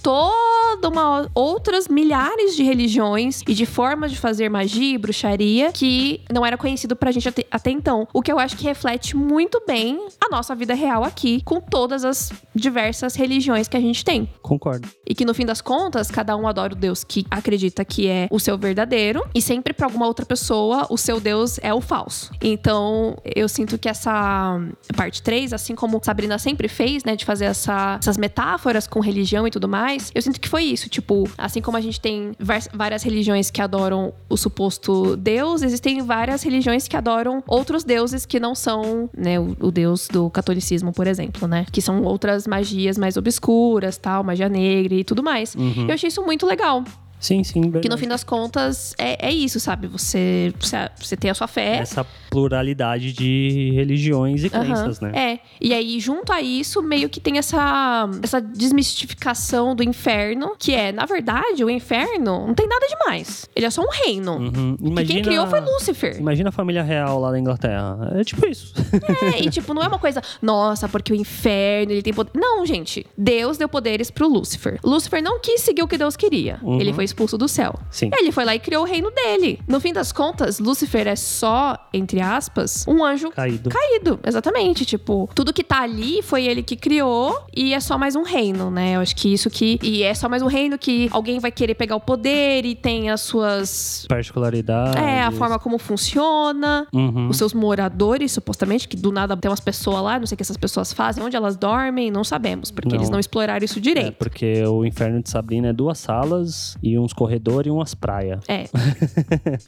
toda uma outras milhares de religiões e de formas de fazer magia e bruxaria que não era conhecido pra gente até, até então. O que eu acho que reflete muito bem a nossa vida real aqui, com todas as diversas religiões que a gente tem.
Concordo.
E que no fim das contas, cada um adora o Deus que acredita que é o seu verdadeiro, e sempre pra alguma outra pessoa, o seu Deus é o falso. Então, eu sinto que essa parte 3, assim como Sabrina sempre fez, né, de fazer essa- essas metáforas com religião e tudo mais, eu sinto que foi isso. Tipo, assim como a gente tem vers- várias religiões que adoram o suposto Deus, existem várias religiões que adoram outros deuses que não são, né, o, o Deus do catolicismo, por exemplo, né, que são outras magias mais obscuras, tal, magia negra e tudo mais. Eu achei isso muito legal.
Sim, sim.
Porque no
verdade.
fim das contas é, é isso, sabe? Você, você, você tem a sua fé.
Essa pluralidade de religiões e
é- Aham.
crenças, né?
É. E aí, junto a isso, meio que tem essa, essa desmistificação do inferno, que é, na verdade, o inferno não tem nada demais. Ele é só um reino.
Uhum.
E
Imagina...
quem criou foi Lúcifer.
Imagina a família real lá na Inglaterra. É
<laughs>
tipo isso.
É, e tipo, não é uma coisa, nossa, porque o inferno ele tem poder. Não, gente. Deus deu poderes pro Lúcifer. Lúcifer não quis seguir o que Deus queria.
Uhum.
Ele foi expulso do céu.
Sim.
Ele foi lá e criou o reino dele. No fim das contas, Lúcifer é só, entre aspas, um anjo
Caído.
caído, exatamente. Tipo, tudo que tá ali foi ele que criou e é só mais um reino, né? Eu acho que isso que. E é só mais um reino que alguém vai querer pegar o poder e tem as suas.
Particularidade.
É, a forma como funciona.
Uhum.
Os seus moradores, supostamente, que do nada tem umas pessoas lá, não sei o que essas pessoas fazem, onde elas dormem, não sabemos, porque
Não.
eles não exploraram isso
É,
direito.
porque o inferno de Sabrina é duas salas e uns corredores e umas praias. <laughs>
É.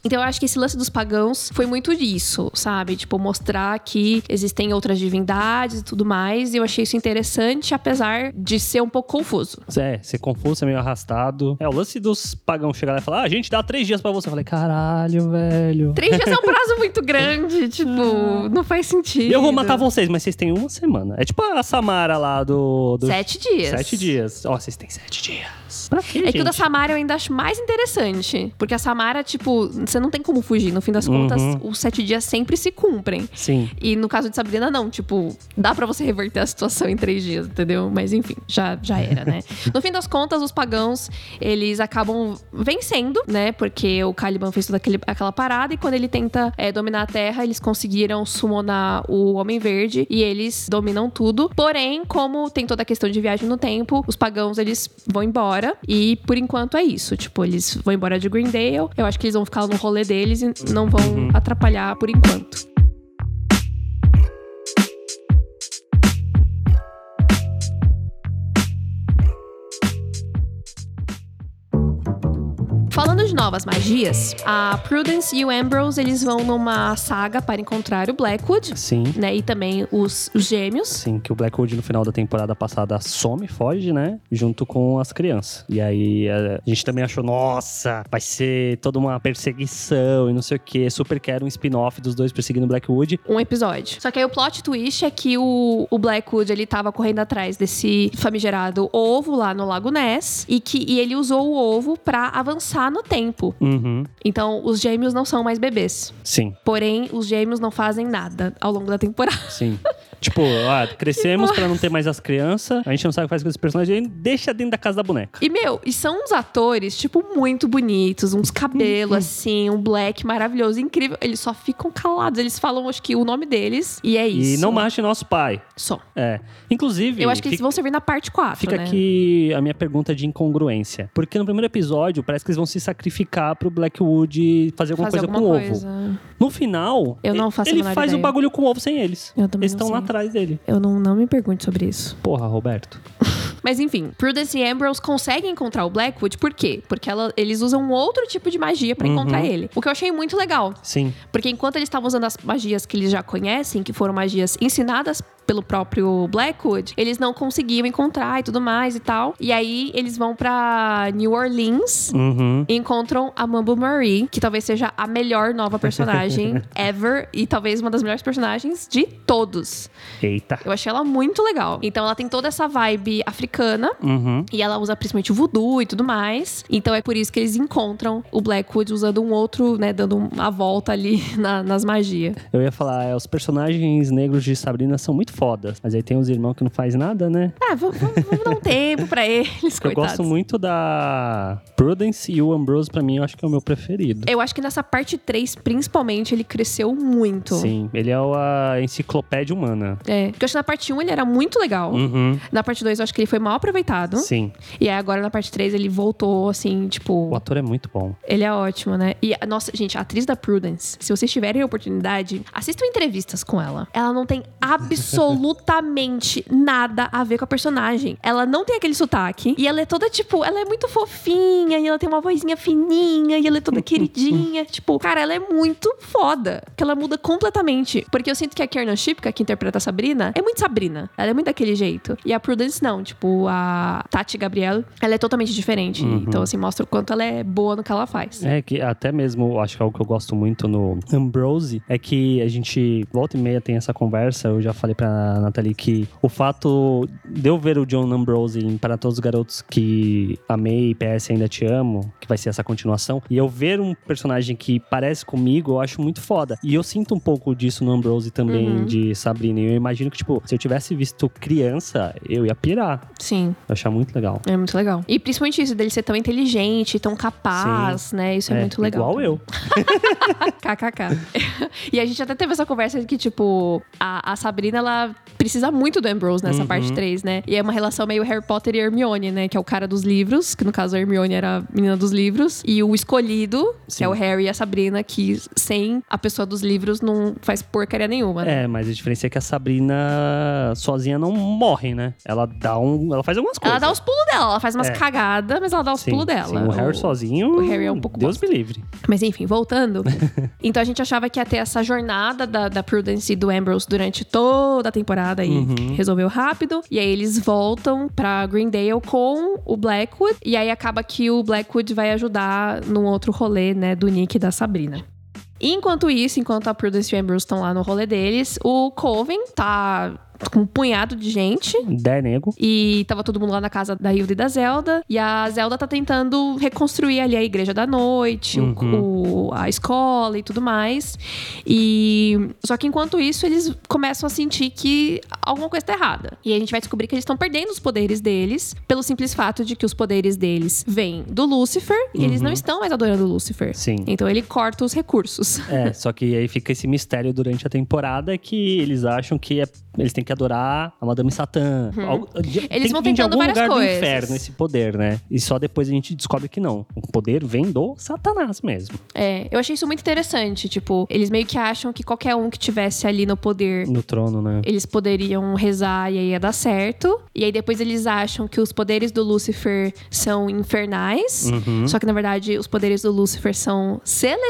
então eu acho que esse lance dos pagãos foi muito disso, sabe? Tipo, mostrar que existem outras divindades e tudo mais. E eu achei isso interessante, apesar de ser um pouco confuso.
É, ser confuso, é meio arrastado. É, o lance dos pagãos chegar lá e falar, ah, a gente dá três dias pra você. Eu falei, caralho, velho.
Três dias é um prazo muito
<laughs>
grande, tipo, não faz sentido.
Eu vou matar vocês, mas vocês têm uma semana. É tipo a Samara lá do... do-
Sete dias.
Sete dias. Ó, vocês têm sete dias. Pra quê,
É que o da
gente?
Samara eu ainda acho mais interessante. Porque a Samara, tipo, você não tem como fugir. No fim das contas,
Uhum.
os sete dias sempre se cumprem.
Sim.
E no caso de Sabrina, não. Tipo, dá pra você reverter a situação em três dias, entendeu? Mas enfim, já, já era, né? no fim das contas, os pagãos, eles acabam vencendo, né? Porque o Caliban fez toda aquele- aquela parada. E quando ele tenta é, dominar a Terra, eles conseguiram summonar o Homem Verde. E eles dominam tudo. Porém, como tem toda a questão de viagem no tempo, os pagãos, eles vão embora. E por enquanto é isso. Tipo, eles vão embora de Greendale. Eu acho que eles vão ficar no rolê deles e não vão atrapalhar por enquanto. Falando de novas magias, a Prudence e o Ambrose, eles vão numa saga para encontrar o Blackwood,
Sim.
né? E também os, os gêmeos.
Sim, que o Blackwood no final da temporada passada some, foge, né? Junto com as crianças. E aí é, a gente também achou, nossa, vai ser toda uma perseguição e não sei o quê. Super quero um spin-off dos dois perseguindo o Blackwood.
Um episódio. Só que aí o plot twist é que o, o Blackwood, ele tava correndo atrás desse famigerado ovo lá no Lago Ness. E que e ele usou o ovo pra avançar no tempo.
Uhum.
Então, os gêmeos não são mais bebês.
Sim,
Porém, os gêmeos não fazem nada ao longo da temporada.
sim. tipo, ah, crescemos pra não ter mais as crianças. A gente não sabe o que faz com esses personagens. a gente Deixa dentro da casa da boneca.
E, meu, e são uns atores, tipo, muito bonitos, uns
Uhum.
cabelos assim, um black maravilhoso, incrível. Eles só ficam calados, eles falam, acho que, o nome deles, e é isso.
E não mate nosso pai.
Só.
É. Inclusive.
Eu acho que eles
fica-
vão servir na parte 4.
Fica
né?
aqui a minha pergunta de incongruência. Porque no primeiro episódio, parece que eles vão se sacrificar pro Blackwood fazer alguma
Fazer
coisa
alguma
com o ovo.
coisa.
No final,
Eu
ele-
não faço a
ele
menor
faz
ideia.
o bagulho com o ovo sem eles.
Eu também
Eles
não
estão lá
sei.
atrás dele.
Eu não, não me pergunte sobre isso.
Porra, Roberto.
Mas enfim, Prudence e Ambrose conseguem encontrar o Blackwood, por quê? Porque ela- eles usam um outro tipo de magia pra
Uhum.
encontrar ele. O que eu achei muito legal.
Sim.
Porque enquanto eles estavam usando as magias que eles já conhecem, que foram magias ensinadas pelo próprio Blackwood, eles não conseguiam encontrar e tudo mais e tal. E aí eles vão pra New Orleans.
Uhum.
e Encontram a Mambo Marie, que talvez seja a melhor nova personagem ever e talvez uma das melhores personagens de todos.
Eita.
Eu achei ela muito legal. Então ela tem toda essa vibe africana
Uhum.
e ela usa principalmente o voodoo e tudo mais. Então é por isso que eles encontram o Blackwood usando um outro, né? Dando uma volta ali <laughs> na- nas magias.
Eu ia falar, é, os personagens negros de Sabrina são muito fodas. Mas aí tem os irmãos que não faz nada, né?
Ah, vamos, vamos- vamos dar um tempo
<laughs>
pra eles,
Eu
coitados.
gosto muito da Prudence e o Ambrose, pra mim, eu acho que é o meu preferido.
Eu acho que nessa parte 3, principalmente, ele cresceu muito.
Sim, ele é o- a enciclopédia humana.
É, porque eu acho que na parte 1 ele era muito legal.
Uhum.
Na parte 2 eu acho que ele foi mal aproveitado.
Sim.
E aí agora na parte 3 ele voltou, assim, tipo...
O ator é muito bom.
Ele é ótimo, né? E, nossa, gente, a atriz da Prudence, se vocês tiverem a oportunidade, assistam entrevistas com ela. Ela não tem absolutamente <laughs> nada a ver com a personagem. Ela não tem aquele sotaque. E ela é toda, tipo, ela é muito fofinha. E ela tem uma vozinha fininha. E ela é toda queridinha. tipo, cara, ela é muito foda. Que ela muda completamente. Porque eu sinto que a Kiernan Shipka, que interpreta a Sabrina, é muito Sabrina. Ela é muito daquele jeito. E a Prudence, não. Tipo, a Tati Gabriel, ela é totalmente diferente. Então, assim, mostra o quanto ela é boa no que ela faz.
É que até mesmo, eu acho que é algo que eu gosto muito no Ambrose é que a gente volta e meia tem essa conversa. Eu já falei pra Nathalie que o fato de eu ver o John Ambrose em Para Todos os Garotos que Amei, PS Ainda Te Amo, que vai ser essa continuação, e eu ver um personagem que parece comigo, eu acho muito foda. E eu sinto um pouco disso no Ambrose também,
Uhum.
de Sabrina. E eu imagino que, tipo, se eu tivesse visto criança, eu ia pirar.
Sim,
Eu ia achar muito legal.
é muito legal. E principalmente isso dele ser tão inteligente, tão capaz, né? Isso é, muito legal.
Igual eu.
KKK. <laughs> e a gente até teve essa conversa de que, tipo, a, a Sabrina, ela precisa muito do Ambrose nessa
Uhum.
parte 3, né? E é uma relação meio Harry Potter e Hermione, né? Que é o cara dos livros, que no caso a Hermione era a menina dos livros. E o escolhido, que
Sim.
é o Harry e a Sabrina, que sem a pessoa dos livros não faz porcaria nenhuma. né?
É, mas a diferença é que a Sabrina sozinha não morre, né? Ela dá um. Ela faz algumas
Ela
coisas.
dá os pulos dela, ela faz umas
É.
cagadas, mas ela dá os
Sim,
pulos dela.
Sim, o Harry sozinho.
o Harry é um pouco
Deus me livre.
Mas enfim, voltando. então a gente achava que ia ter essa jornada da, da Prudence e do Ambrose durante toda a temporada e
Uhum.
resolveu rápido. E aí eles voltam pra Greendale com o Blackwood. E aí acaba que o Blackwood vai ajudar num outro rolê, né, do Nick e da Sabrina. Enquanto isso, enquanto a Prudence e o Ambrose estão lá no rolê deles, o Coven tá com um punhado de gente.
Der nego.
E tava todo mundo lá na casa da Hilda e da Zelda. E a Zelda tá tentando reconstruir ali a igreja da noite, o- o- a escola e tudo mais. E. Só que enquanto isso, eles começam a sentir que alguma coisa tá errada. E a gente vai descobrir que eles estão perdendo os poderes deles, pelo simples fato de que os poderes deles vêm do Lúcifer e eles não estão mais adorando o Lúcifer.
Sim.
Então ele corta os recursos.
É, só que aí fica esse mistério durante a temporada que eles acham que é- eles têm que adorar a Madame Satã. Algo- de- tem que
vão
vir de
tentando
algum
Uhum. várias
lugar
coisas.
do inferno esse poder, né? E só depois a gente descobre que não. O poder vem do Satanás mesmo.
É, eu achei isso muito interessante. Tipo, eles meio que acham que qualquer um que tivesse ali no poder.
No trono, né?
Eles poderiam rezar e aí ia dar certo. E aí depois eles acham que os poderes do Lúcifer são infernais.
Uhum.
Só que, na verdade, os poderes do Lúcifer são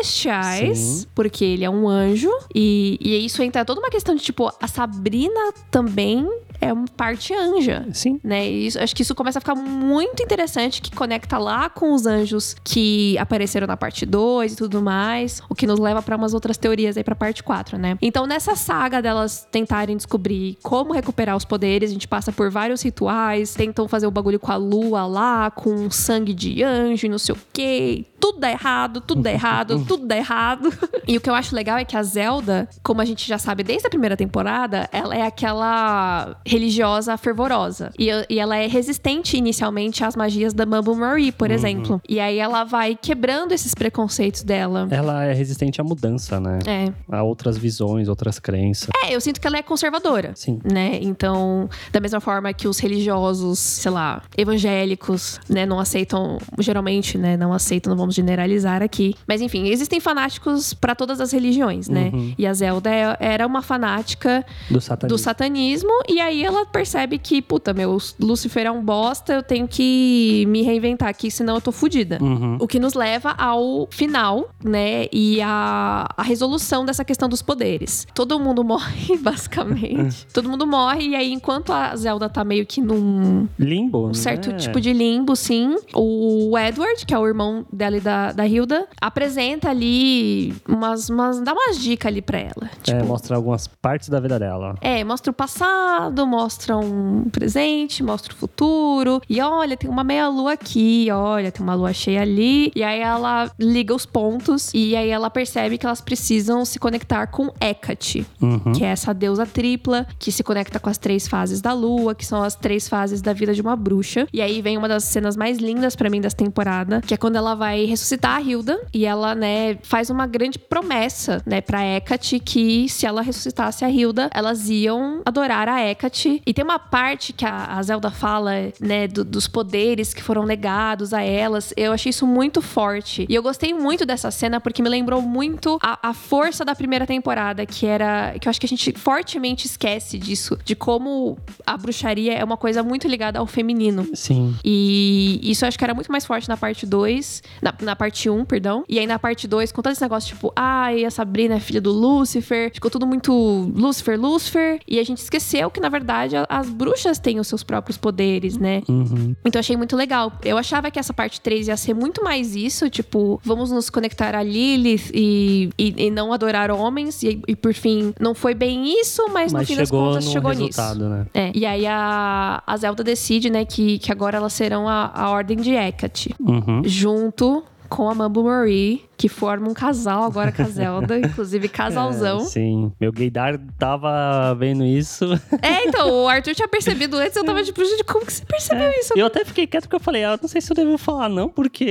celestiais,
Sim.
porque ele é um anjo. E, e isso entra toda uma questão de, tipo, a Sabrina também é uma parte anja.
Sim.
Né? E isso- acho que isso começa a ficar muito interessante, que conecta lá com os anjos que apareceram na parte 2 e tudo mais, o que nos leva para umas outras teorias aí para parte 4, né? Então, nessa saga delas tentarem descobrir como recuperar os poderes, a gente passa por vários rituais, tentam fazer o bagulho com a lua lá, com sangue de anjo e não sei o quê. Tudo dá errado, tudo dá <laughs> errado, tudo dá errado. E o que eu acho legal é que a Zelda, como a gente já sabe desde a primeira temporada, ela é aquela religiosa fervorosa. E, e ela é resistente inicialmente às magias da Mambo Marie, por exemplo. E aí ela vai quebrando esses preconceitos dela.
Ela é resistente à mudança, né?
É.
A outras visões, outras crenças.
É, eu sinto que ela é conservadora.
Sim.
Né? Então, da mesma forma que os religiosos, sei lá, evangélicos, né, não aceitam, geralmente, né, não aceitam, não vamos generalizar aqui. Mas enfim, existem fanáticos pra todas as religiões, né? E a Zelda é- era uma fanática
Do satanismo.
do satanismo e aí ela percebe que, puta, meu, Lúcifer é um bosta, eu tenho que me reinventar aqui, senão eu tô fudida.
Uhum.
O que nos leva ao final, né? E a, a resolução dessa questão dos poderes. Todo mundo <laughs> morre,
É.
basicamente. Todo mundo morre, e aí, enquanto a Zelda tá meio que num
Limbo,
um certo
né?
tipo de limbo, sim, o Edward, que é o irmão dela e da, da Hilda, apresenta ali umas, umas. dá umas dicas ali pra ela.
É,
Tipo,
mostra algumas partes da vida dela.
é, mostra o passado, mostra um presente, mostra o futuro. E olha, tem uma meia-lua aqui, olha, tem uma lua cheia ali. E aí ela liga os pontos e aí ela percebe que elas precisam se conectar com Hecate,
Uhum.
que é essa deusa tripla que se conecta com as três fases da lua, que são as três fases da vida de uma bruxa. E aí vem uma das cenas mais lindas pra mim dessa temporada, que é quando ela vai ressuscitar a Hilda e ela, né, faz uma grande promessa, né, pra Hecate que se ela ressuscitasse a Hilda, elas iam adorar a Hecate. E tem uma parte que a, a Zelda fala, né, do- dos poderes que foram negados a elas. Eu achei isso muito forte. E eu gostei muito dessa cena porque me lembrou muito a, a força da primeira temporada, que era. que eu acho que a gente fortemente esquece disso, de como a bruxaria é uma coisa muito ligada ao feminino.
Sim.
E isso eu acho que era muito mais forte na parte 2, na, na parte 1, um, perdão. E aí na parte 2, com todo esse negócio tipo, ai, a Sabrina é filha do Lúcifer, ficou tudo muito Lúcifer, Lúcifer. E a gente esqueceu que na verdade a- as bruxas têm os seus próprios poderes, né?
Uhum.
Então achei muito legal. Eu achava que essa parte 3 ia ser muito mais isso, tipo, vamos nos conectar a Lilith e, e, e não adorar homens. E, e, por fim, não foi bem isso, mas, no
Mas
fim das
chegou
contas
no
chegou nisso.
resultado, né?
É, e aí a, a Zelda decide, né, que, que agora elas serão a, a Ordem de Hecate.
Uhum.
Junto com a Mambo Marie, que forma um casal agora com a Zelda. inclusive,
É,
casalzão.
sim. Meu gaydar tava
<laughs>
vendo isso.
É, então, o Arthur tinha percebido antes, eu tava tipo, gente, como que você percebeu isso?
Eu até fiquei quieto porque eu falei, ah, não sei se eu devo falar não,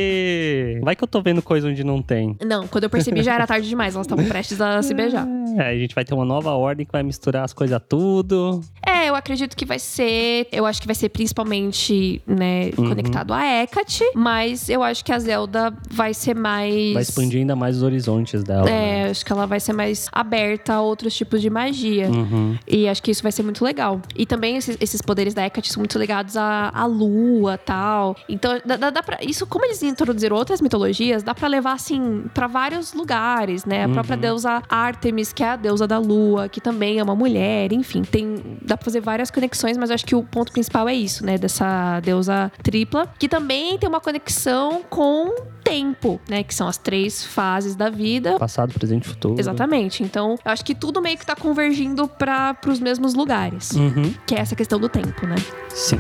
porque vai que eu tô vendo coisa onde não tem.
Não, quando eu percebi já era tarde demais, elas estavam prestes a se
<laughs>
beijar.
É, a gente vai ter uma nova ordem que vai misturar as coisas tudo.
É, eu acredito que vai ser. Eu acho que vai ser principalmente, né, conectado a Hecate, mas eu acho que a Zelda vai ser mais.
Vai expandir ainda mais os horizontes dela. né?
É, acho que ela vai ser mais aberta a outros tipos de magia.
Uhum.
E acho que isso vai ser muito legal. E também esses, esses poderes da Hecate são muito ligados à, à lua tal. Então, dá, dá, dá pra. Isso, como eles introduziram outras mitologias, dá pra levar, assim, pra vários lugares, né? A própria deusa Artemis, que é a deusa da lua, que também é uma mulher, enfim. Tem, dá pra fazer várias conexões, mas eu acho que o ponto principal é isso, né? Dessa deusa tripla, que também tem uma conexão com tempo, né? Que são as três fases da vida.
Passado, presente e futuro.
Exatamente. Então, eu acho que tudo meio que tá convergindo para os mesmos lugares,
Uhum.
que é essa questão do tempo, né?
Sim.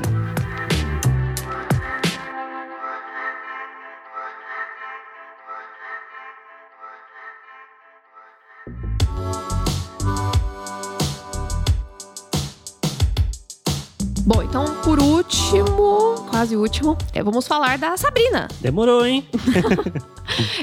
Bom, então, por último, quase último, é, vamos falar da Sabrina. <laughs>
Demorou, hein?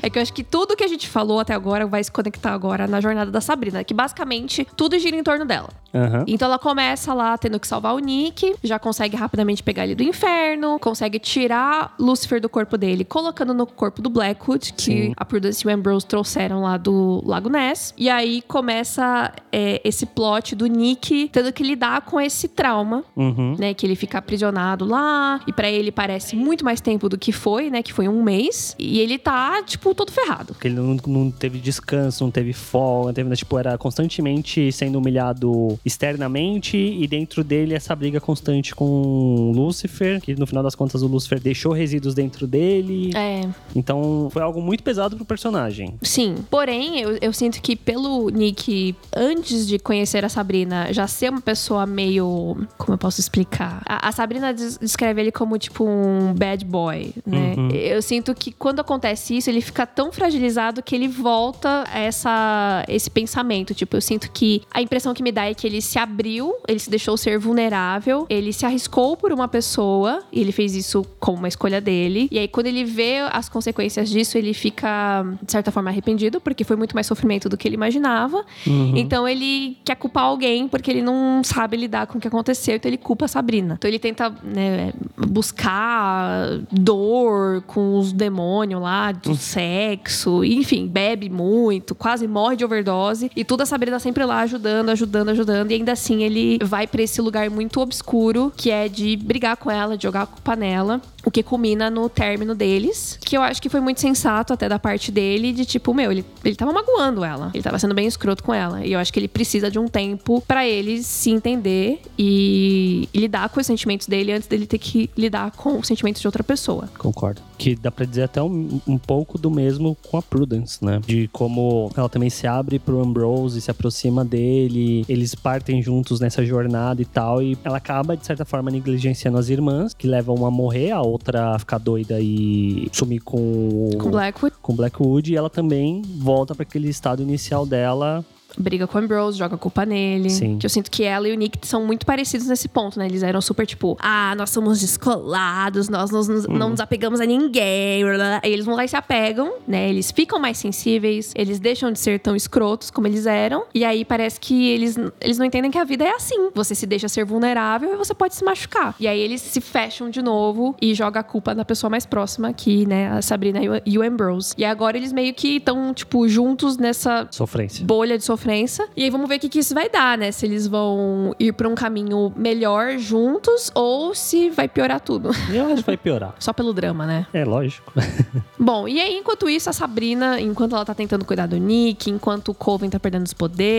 É que eu acho que tudo que a gente falou até agora vai se conectar agora na jornada da Sabrina, que basicamente tudo gira em torno dela.
Aham.
Então ela começa lá tendo que salvar o Nick, já consegue rapidamente pegar ele do inferno, consegue tirar Lucifer do corpo dele, colocando no corpo do Blackwood, que
Sim.
a Prudence e o Ambrose trouxeram lá do Lago Ness. E aí começa é, esse plot do Nick tendo que lidar com esse trauma
Uhum.
né, que ele fica aprisionado lá, e pra ele parece muito mais tempo do que foi, né, que foi um mês, e ele tá, tipo, todo ferrado.
Porque ele não, não teve descanso, não teve folga, não teve, né, tipo, era constantemente sendo humilhado externamente e dentro dele essa briga constante com o Lúcifer, que no final das contas o Lúcifer deixou resíduos dentro dele.
É,
Então foi algo muito pesado pro personagem.
sim. Porém, eu, eu sinto que pelo Nick, antes de conhecer a Sabrina, já ser uma pessoa meio. Como eu posso explicar? A, a Sabrina des- descreve ele como, tipo, um bad boy, né?
Uhum.
Eu sinto que quando acontece isso, ele fica tão fragilizado que ele volta a essa, esse pensamento. Tipo, eu sinto que a impressão que me dá é que ele se abriu, ele se deixou ser vulnerável, ele se arriscou por uma pessoa, e ele fez isso como uma escolha dele. E aí, quando ele vê as consequências disso, ele fica, de certa forma, arrependido, porque foi muito mais sofrimento do que ele imaginava.
Uhum.
Então ele quer culpar alguém porque ele não sabe lidar com o que aconteceu, então ele culpa a Sabrina. Então ele tenta né, buscar dor com os demônios lá, do sexo, enfim, bebe muito, quase morre de overdose. E toda a Sabrina sempre lá ajudando, ajudando, ajudando. E ainda assim ele vai pra esse lugar muito obscuro que é de brigar com ela, de jogar a culpa nela. O que culmina no término deles. Que eu acho que foi muito sensato até da parte dele, de tipo, meu, ele, ele tava magoando ela. Ele tava sendo bem escroto com ela. E eu acho que ele precisa de um tempo pra ele se entender e, e lidar com os sentimentos dele antes dele ter que lidar com os sentimentos de outra pessoa.
Concordo. Que dá pra dizer até um, um pouco do mesmo com a Prudence, né? De como ela também se abre pro Ambrose, se aproxima dele, eles partem juntos nessa jornada e tal. E ela acaba, de certa forma, negligenciando as irmãs, que levam uma a morrer, a outra a ficar doida e sumir com o.
Com Blackwood,
com Blackwood, e ela também volta pra aquele estado inicial dela.
briga com Ambrose, joga a culpa nele.
Sim.
Que eu sinto que ela e o Nick são muito parecidos nesse ponto, né? Eles eram super tipo, ah, nós somos descolados, nós nos- nos- não nos apegamos a ninguém. blá, blá, blá. Aí eles vão lá e se apegam, né? Eles ficam mais sensíveis, eles deixam de ser tão escrotos como eles eram. E aí parece que eles, eles não entendem que a vida é assim. Você se deixa ser vulnerável e você pode se machucar. E aí eles se fecham de novo e joga a culpa na pessoa mais próxima, que, né, a Sabrina e o- e o Ambrose. E agora eles meio que estão, tipo, juntos nessa
Sofrência.
bolha de sofrência. E aí vamos ver o que, que isso vai dar, né? Se eles vão ir pra um caminho melhor juntos ou se vai piorar tudo. <laughs>
E eu acho que vai piorar.
Só pelo drama, né?
É lógico.
Bom, e aí, enquanto isso, a Sabrina, enquanto ela tá tentando cuidar do Nick, enquanto o Coven tá perdendo os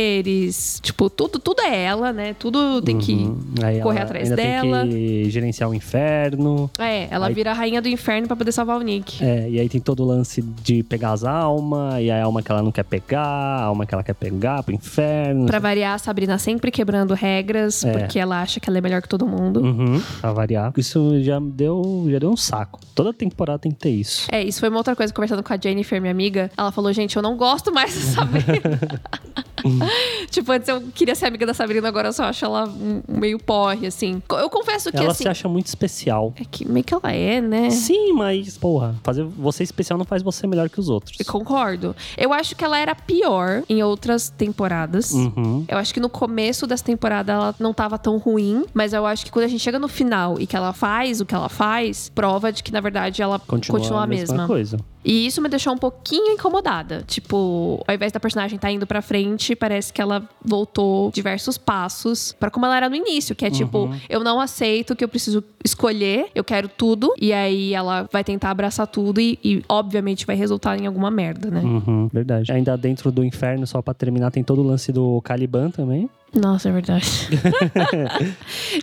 poderes, tipo, tudo, tudo é ela, né? Tudo tem que.
Uhum. Aí
correr
ela
atrás
ainda
dela.
Tem que gerenciar o inferno.
É, ela
Aí-
vira a rainha do inferno pra poder salvar o Nick.
É, e aí tem todo o lance de pegar as almas, e a alma que ela não quer pegar, a alma que ela quer pegar pro inferno.
Pra variar, a Sabrina sempre quebrando regras,
É.
porque ela acha que ela é melhor que todo mundo.
Uhum, pra variar. Isso já deu, já deu um saco. Toda temporada tem que ter isso.
É, isso foi uma outra coisa conversando com a Jennifer, minha amiga. Ela falou, gente, eu não gosto mais da Sabrina. <laughs> tipo, antes eu queria ser amiga da Sabrina, agora eu só acho ela um- meio porre, assim. Co- Eu confesso que
ela
assim.
se acha muito especial.
É que meio que ela é, né?
Sim, mas, porra, fazer você especial não faz você melhor que os outros.
Eu concordo. Eu acho que ela era pior em outras temporadas.
Uhum.
Eu acho que no começo dessa temporada ela não tava tão ruim, mas eu acho que quando a gente chega no final e que ela faz o que ela faz, prova de que na verdade ela continua,
Continua,
a mesma.
coisa.
E isso me deixou um pouquinho incomodada. Tipo, ao invés da personagem tá indo pra frente, parece que ela voltou diversos passos pra como ela era no início, que é tipo, eu não aceito que eu preciso escolher, eu quero tudo. E aí ela vai tentar abraçar tudo e, e, obviamente vai resultar em alguma merda, né?
Uhum, verdade. Ainda dentro do inferno, só pra terminar, tem todo o lance do Caliban também.
Nossa, é verdade. <laughs>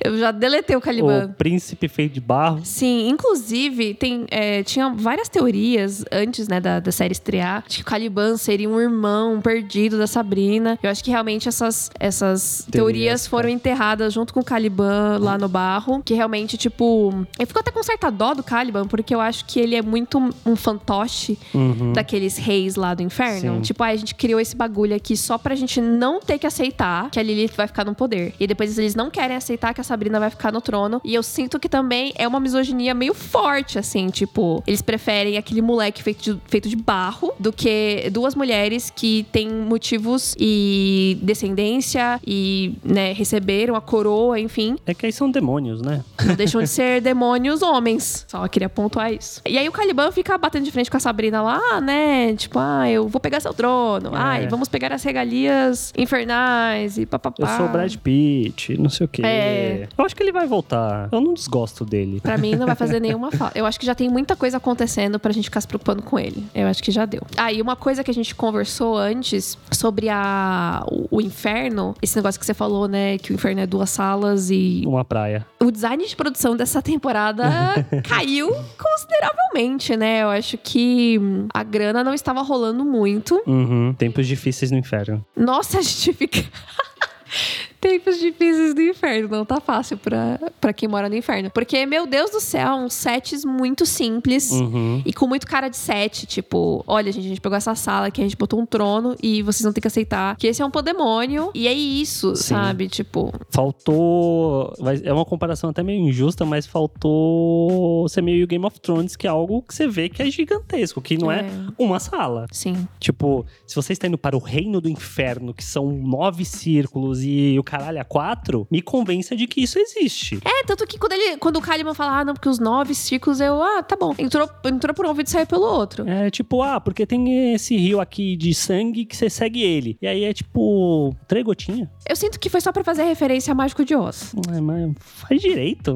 eu já deletei o Caliban.
O príncipe feito de barro.
Sim, inclusive, tem, é, tinha várias teorias antes né, da, da série estrear de que o Caliban seria um irmão perdido da Sabrina. Eu acho que realmente essas, essas teorias,
Teorias,
foram enterradas junto com o Caliban lá no barro. Que realmente, tipo. Eu fico até com certa dó do Caliban, porque eu acho que ele é muito um fantoche
Uhum.
daqueles reis lá do inferno.
Sim.
Tipo, ai, a gente criou esse bagulho aqui só pra gente não ter que aceitar que a Lily ele vai ficar no poder. E depois eles não querem aceitar que a Sabrina vai ficar no trono. E eu sinto que também é uma misoginia meio forte, assim, tipo, eles preferem aquele moleque feito de, feito de barro do que duas mulheres que têm motivos e descendência e, né, receberam a coroa, enfim.
É que aí são demônios, né?
Não deixam de ser demônios homens. Só queria pontuar isso. E aí o Caliban fica batendo de frente com a Sabrina lá, né? Tipo, ah, eu vou pegar seu trono.
É.
Ai, vamos pegar as regalias infernais e papapá.
Eu sou o Brad Pitt, não sei o quê.
Ah. É.
Eu acho que ele vai voltar. Eu não desgosto dele.
Pra mim não vai
<laughs>
fazer nenhuma falta. Eu acho que já tem muita coisa acontecendo pra gente ficar se preocupando com ele. Eu acho que já deu. Ah, e uma coisa que a gente conversou antes sobre a, o, o inferno, esse negócio que você falou, né? Que o inferno é duas salas e
Uma praia.
o design de produção dessa
<laughs>
temporada caiu consideravelmente, né? Eu acho que hum, a grana não estava rolando muito.
Uhum. Tempos difíceis no inferno.
Nossa, <laughs> a gente fica. Tempos difíceis do inferno, não tá fácil pra, pra quem mora no inferno. Porque, meu Deus do céu, uns sets muito simples
Uhum.
e com muito cara de set. Tipo, olha, gente, a gente pegou essa sala aqui, a gente botou um trono e vocês vão ter que aceitar que esse é um podemônio. E é isso,
Sim.
sabe? Tipo,
Faltou. vai- É uma comparação até meio injusta, mas faltou ser meio Game of Thrones, que é algo que você vê que é gigantesco, que não é,
É.
uma sala.
sim.
Tipo, se você está indo para o reino do inferno, que são nove círculos e o caralho a quatro, me convença de que isso existe.
É, tanto que quando, ele, quando o Kaliman fala, ah, não, porque os nove círculos, eu, ah, tá bom. Entrou, entrou por um ouvido e saiu pelo outro.
É tipo, ah, porque tem esse rio aqui de sangue que você segue ele. E aí é tipo, três gotinhas.
Eu sinto que foi só pra fazer referência a Mágico de Oz.
Ai, "Ah, mas faz direito,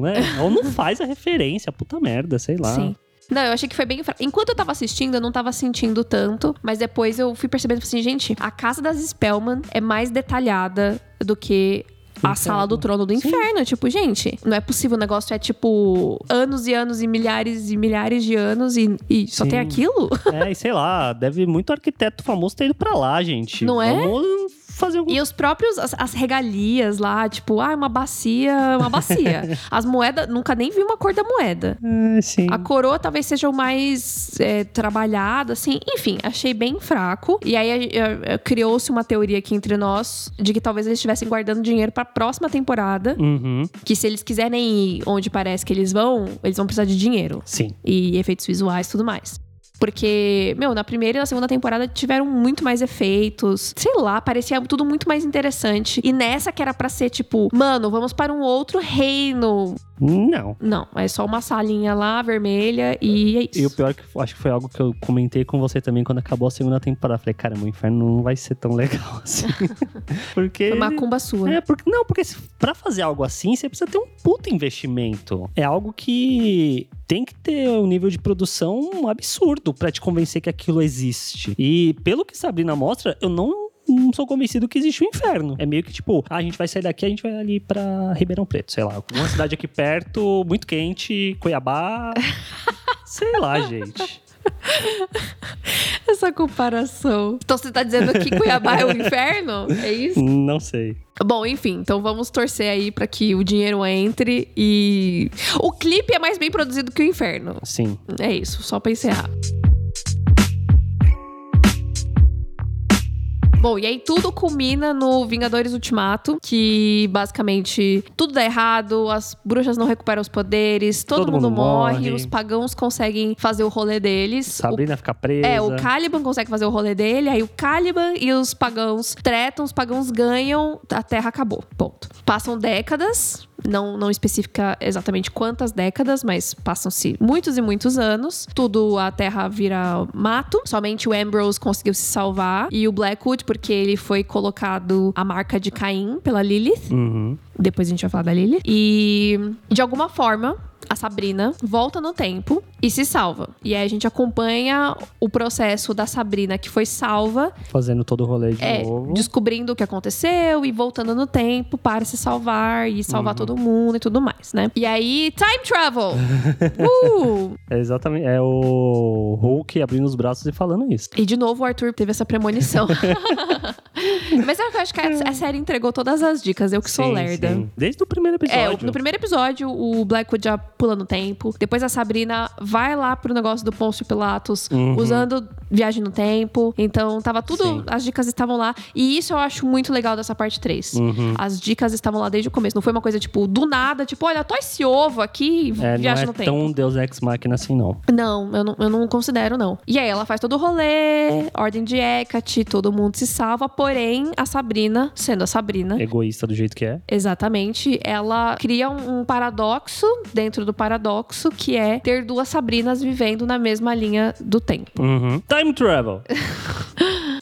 <laughs>
né? Ou não faz a referência, puta merda, sei lá.
Sim. Não, eu achei que foi bem. fra- Enquanto eu tava assistindo, eu não tava sentindo tanto, mas depois eu fui percebendo assim, gente, a casa das Spellman é mais detalhada do que a
Inferno.
sala do trono do
Sim.
inferno. Tipo, gente, não é possível. O negócio é tipo anos e anos e milhares e milhares de anos e, e só
Sim.
tem aquilo?
É, e sei lá, deve muito arquiteto famoso ter ido pra lá, gente.
Não é?
Vamos fazer algum.
E os próprios, as, as regalias lá, tipo, ah, uma bacia, uma bacia. As moedas, nunca nem vi uma cor da moeda.
É, sim.
A coroa talvez seja o mais é, trabalhado, assim. Enfim, achei bem fraco. E aí é, é, criou-se uma teoria aqui entre nós de que talvez eles estivessem guardando dinheiro pra próxima temporada.
Uhum.
Que se eles quiserem ir onde parece que eles vão, eles vão precisar de dinheiro
Sim.
e efeitos visuais e tudo mais. Porque, meu, na primeira e na segunda temporada tiveram muito mais efeitos. Sei lá, parecia tudo muito mais interessante. E nessa que era pra ser tipo, mano, vamos para um outro reino.
Não.
Não, é só uma salinha lá, vermelha, e é isso.
E o pior que eu acho que foi algo que eu comentei com você também quando acabou a segunda temporada. Falei, cara, meu inferno não vai ser tão legal <laughs>
<laughs>
assim. Porque.
Foi macumba sua.
É, porque, não, porque se- pra fazer algo assim, você precisa ter um puto investimento. É algo que tem que ter um nível de produção absurdo pra te convencer que aquilo existe. E pelo que Sabrina mostra, eu não. não sou convencido que existe o inferno. É meio que tipo, ah, a gente vai sair daqui, a gente vai ali pra Ribeirão Preto, sei lá. Uma cidade aqui perto, muito quente,
<laughs>
Cuiabá. sei lá, gente.
<laughs> Essa comparação. Então você tá dizendo que Cuiabá é o inferno? <laughs> É isso?
Não sei.
Bom, enfim, então vamos torcer aí pra que o dinheiro entre e. O clipe é mais bem produzido que o inferno.
Sim.
É isso, só pra encerrar. Bom, e aí tudo culmina no Vingadores Ultimato, que basicamente tudo dá errado, as bruxas não recuperam os poderes, todo,
Todo
mundo,
mundo
morre,
morre.
os pagãos conseguem fazer o rolê deles. O
Sabrina fica presa.
é, o Caliban consegue fazer o rolê dele, aí o Caliban e os pagãos tretam, os pagãos ganham, a Terra acabou. Ponto. Passam décadas, não, não especifica exatamente quantas décadas, mas passam-se muitos e muitos anos. Tudo a Terra vira mato. Somente o Ambrose conseguiu se salvar e o Blackwood, porque ele foi colocado a marca de Caim pela Lilith.
Uhum.
Depois a gente vai falar da Lily. E de alguma forma, a Sabrina volta no tempo e se salva. E aí a gente acompanha o processo da Sabrina que foi salva,
Fazendo todo o rolê de
é,
novo.
descobrindo o que aconteceu e voltando no tempo para se salvar e salvar
Uhum.
todo mundo e tudo mais, né? E aí, time
<laughs>
travel! uh!
É exatamente. É o Hulk abrindo os braços e falando isso.
E de novo o Arthur teve essa premonição. <laughs> Mas é que eu acho que a a série entregou todas as dicas, eu que sou
Sim,
lerda.
sim. Desde o primeiro episódio.
É, no primeiro episódio, o Blackwood já pula no tempo. Depois a Sabrina vai lá pro negócio do Pôncio Pilatos,
Uhum.
usando viagem no tempo. Então tava tudo,
Sim.
as dicas estavam lá. E isso eu acho muito legal dessa parte 3.
Uhum.
As dicas estavam lá desde o começo. Não foi uma coisa, tipo, do nada, tipo, olha, tô esse ovo aqui e
É, não
viagem
é
no tempo.
tão Deus Ex Machina assim, não.
Não, eu não, eu não considero, não. E aí ela faz todo o rolê, ordem de Hecate, todo mundo se salva, porém, a Sabrina, sendo a Sabrina,
Egoísta do jeito que é.
exatamente, ela cria um, um paradoxo dentro do paradoxo, que é ter duas Sabrinas vivendo na mesma linha do tempo.
Uhum. Time Travel.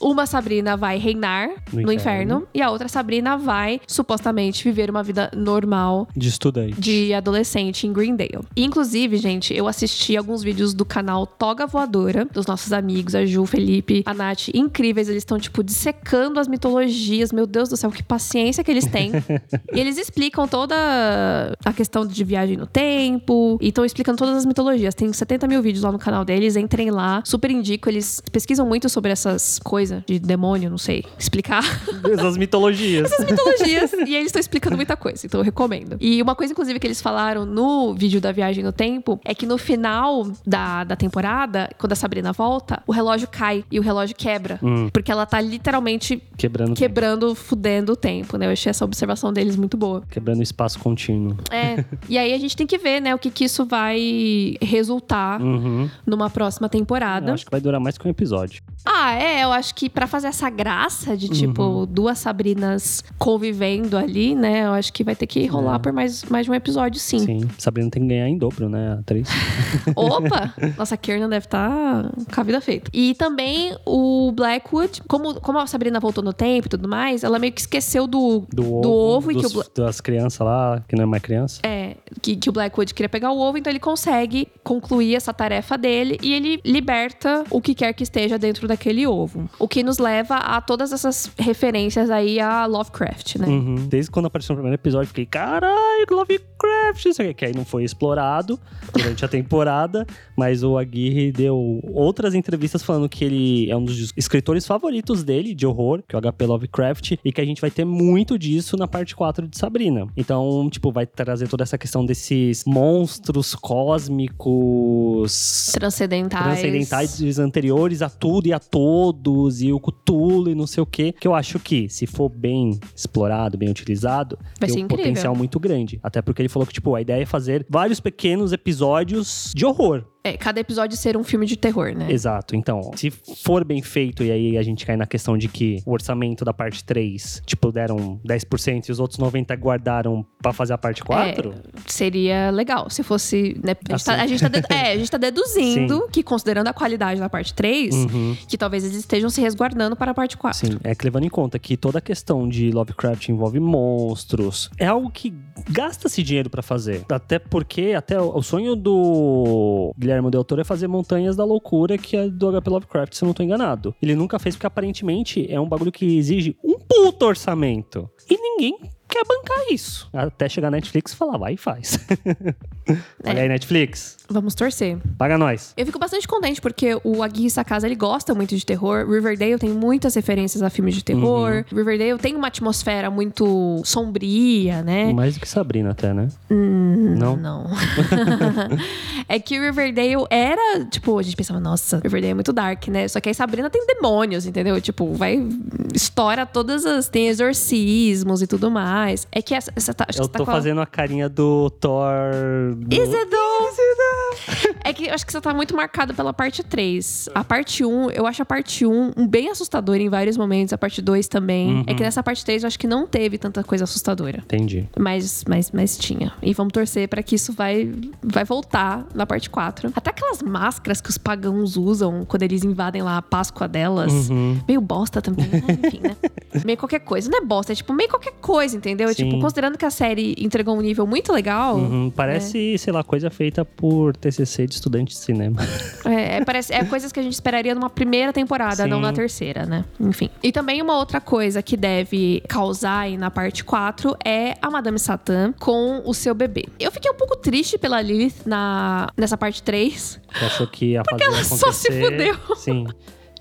Uma Sabrina vai reinar
No
no,
inferno.
inferno. e a outra Sabrina vai, supostamente, viver uma vida normal
De estudante.
de adolescente em Greendale. Inclusive, gente, eu assisti alguns vídeos do canal Toga Voadora, dos nossos amigos, a Ju, Felipe, a Nath, incríveis. Eles estão, tipo, dissecando as mitologias. Meu Deus do céu, que paciência que eles têm. e eles explicam toda a questão de viagem no tempo. E estão explicando todas as mitologias. Tem 70 mil vídeos lá no canal deles. Entrem lá. Super indico. Eles pesquisam muito sobre essas coisas de demônio, não sei explicar.
<laughs> Essas mitologias.
essas mitologias. e eles estão explicando muita coisa, então eu recomendo. E uma coisa, inclusive, que eles falaram no vídeo da Viagem no Tempo é que no final da, da temporada, quando a Sabrina volta, o relógio cai e o relógio quebra.
Hum.
Porque ela tá literalmente
Quebrando,
quebrando, fudendo o tempo, né? Eu achei essa observação deles muito boa.
quebrando espaço contínuo.
É. e aí a gente tem que ver, né, o que, que isso vai resultar
Uhum.
numa próxima
Eu
temporada.
acho que vai durar mais que um episódio.
Ah, é, eu acho que pra fazer essa graça de, tipo,
Uhum.
duas Sabrinas convivendo ali, né? Eu acho que vai ter que rolar
É.
por mais, mais de um episódio, sim.
Sim. Sabrina tem que ganhar em dobro, né? A atriz.
<laughs>
<laughs>
Opa! Nossa, a Kiernan deve estar com a vida feita. E também o Blackwood, como, como a Sabrina voltou no tempo e tudo mais, ela meio que esqueceu do,
<laughs> Do ovo.
ovo e que
dos-
o Bla-
Das crianças lá, que não é mais criança.
É, que, que o Blackwood queria pegar o ovo, então ele consegue concluir essa tarefa dele e ele liberta o que quer que esteja dentro daquele ovo. O que nos leva a todas essas referências aí a Lovecraft, né?
Uhum. Desde quando apareceu no primeiro episódio, eu fiquei, caralho, Lovecraft, isso aqui. Que aí não foi explorado durante a temporada, mas o Aguirre deu outras entrevistas falando que ele é um dos escritores favoritos dele, de horror, que é o HP Lovecraft, e que a gente vai ter muito disso na parte 4 de Sabrina. Então, tipo, vai trazer toda essa questão desses monstros cósmicos
Transcendentais.
transcendentais anteriores a tudo e a todos, e o Cthulhu e não sei o quê. Que eu acho que, se for bem explorado, bem utilizado,
Vai
tem
ser
um
incrível.
potencial muito grande. Até porque ele falou que, tipo, a ideia é fazer vários pequenos episódios de horror.
É, cada episódio ser um filme de terror, né?
Exato. Então, se for bem feito, e aí a gente cai na questão de que o orçamento da parte 3, tipo, deram 10% e os outros 90% guardaram pra fazer a parte 4.
É, Seria legal se fosse. né? A, gente
Assim.
tá, a gente tá dedu- é, a
<laughs>
gente tá deduzindo que, considerando a qualidade da parte 3,
Uhum.
que talvez eles estejam se resguardando para a parte 4.
Sim, é que levando em conta que toda a questão de Lovecraft envolve monstros, é algo que gasta-se dinheiro pra fazer. Até porque até o o sonho do Guilherme Del Toro é fazer Montanhas da Loucura, que é do HP Lovecraft, se eu não tô enganado. Ele nunca fez porque aparentemente é um bagulho que exige um puto orçamento. E ninguém quer bancar isso. Até chegar na Netflix e falar, vai e faz. <laughs> Olha aí, Netflix,
Vamos torcer.
paga nós.
Eu fico bastante contente porque o Aguirre Sacasa ele gosta muito de terror. Riverdale tem muitas referências a filmes de terror.
Uhum.
Riverdale tem uma atmosfera muito sombria, né?
Mais do que Sabrina até, né? não?
Não. <laughs> é que Riverdale era, tipo, a gente pensava, nossa, Riverdale é muito dark, né? Só que aí Sabrina tem demônios, entendeu? Tipo, vai estoura todas as tem exorcismos e tudo mais. É que essa, essa tá, acho
Eu
que você tá
tô
com a-
fazendo a carinha do Thor. do-
Isidon! É que eu acho que você tá muito marcado pela parte 3. A parte 1, eu acho a parte 1 um bem assustadora em vários momentos, a parte 2 também. É
Uhum.
que nessa parte 3 eu acho que não teve tanta coisa assustadora.
Entendi.
Mas, mas, mas tinha. E vamos torcer pra que isso vai, vai voltar na parte 4. Até aquelas máscaras que os pagãos usam quando eles invadem lá a Páscoa delas.
Uhum.
Meio bosta também,
<laughs>
né? enfim, né? Meio qualquer coisa. Não é bosta, é tipo meio qualquer coisa, entendeu? É
Sim.
tipo, considerando que a série entregou um nível muito legal,
Uhum, Parece, sei lá, coisa feita por TCC de estudante de cinema. <laughs>
É, é, parece, é coisas que a gente esperaria numa primeira temporada,
Sim.
não na terceira, né? Enfim. E também uma outra coisa que deve causar aí na parte 4 é a Madame Satã com o seu bebê. Eu fiquei um pouco triste pela Lilith na, nessa parte 3.
Que achou que ia fazer
ela
acontecer.
só se fudeu.
Sim.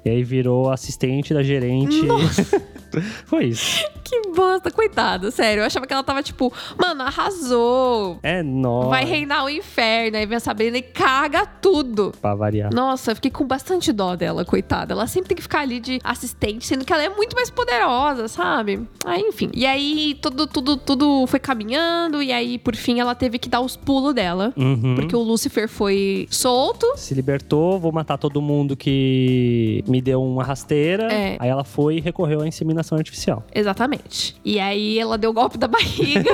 E aí virou assistente da gerente. <laughs> Foi isso.
Que bosta, coitada, sério. Eu achava que ela tava tipo, mano, arrasou.
É nóis.
Vai reinar o inferno. Aí vem a Sabrina e caga tudo.
Pra variar.
Nossa, eu fiquei com bastante dó dela, coitada. Ela sempre tem que ficar ali de assistente, sendo que ela é muito mais poderosa, sabe? Aí, enfim. E aí, tudo, tudo, tudo foi caminhando. E aí, por fim, ela teve que dar os pulos dela.
Uhum.
Porque o Lucifer foi solto.
Se libertou, vou matar todo mundo que me deu uma rasteira.
É.
Aí ela foi e recorreu à inseminação artificial.
Exatamente. E aí, ela deu o golpe da barriga.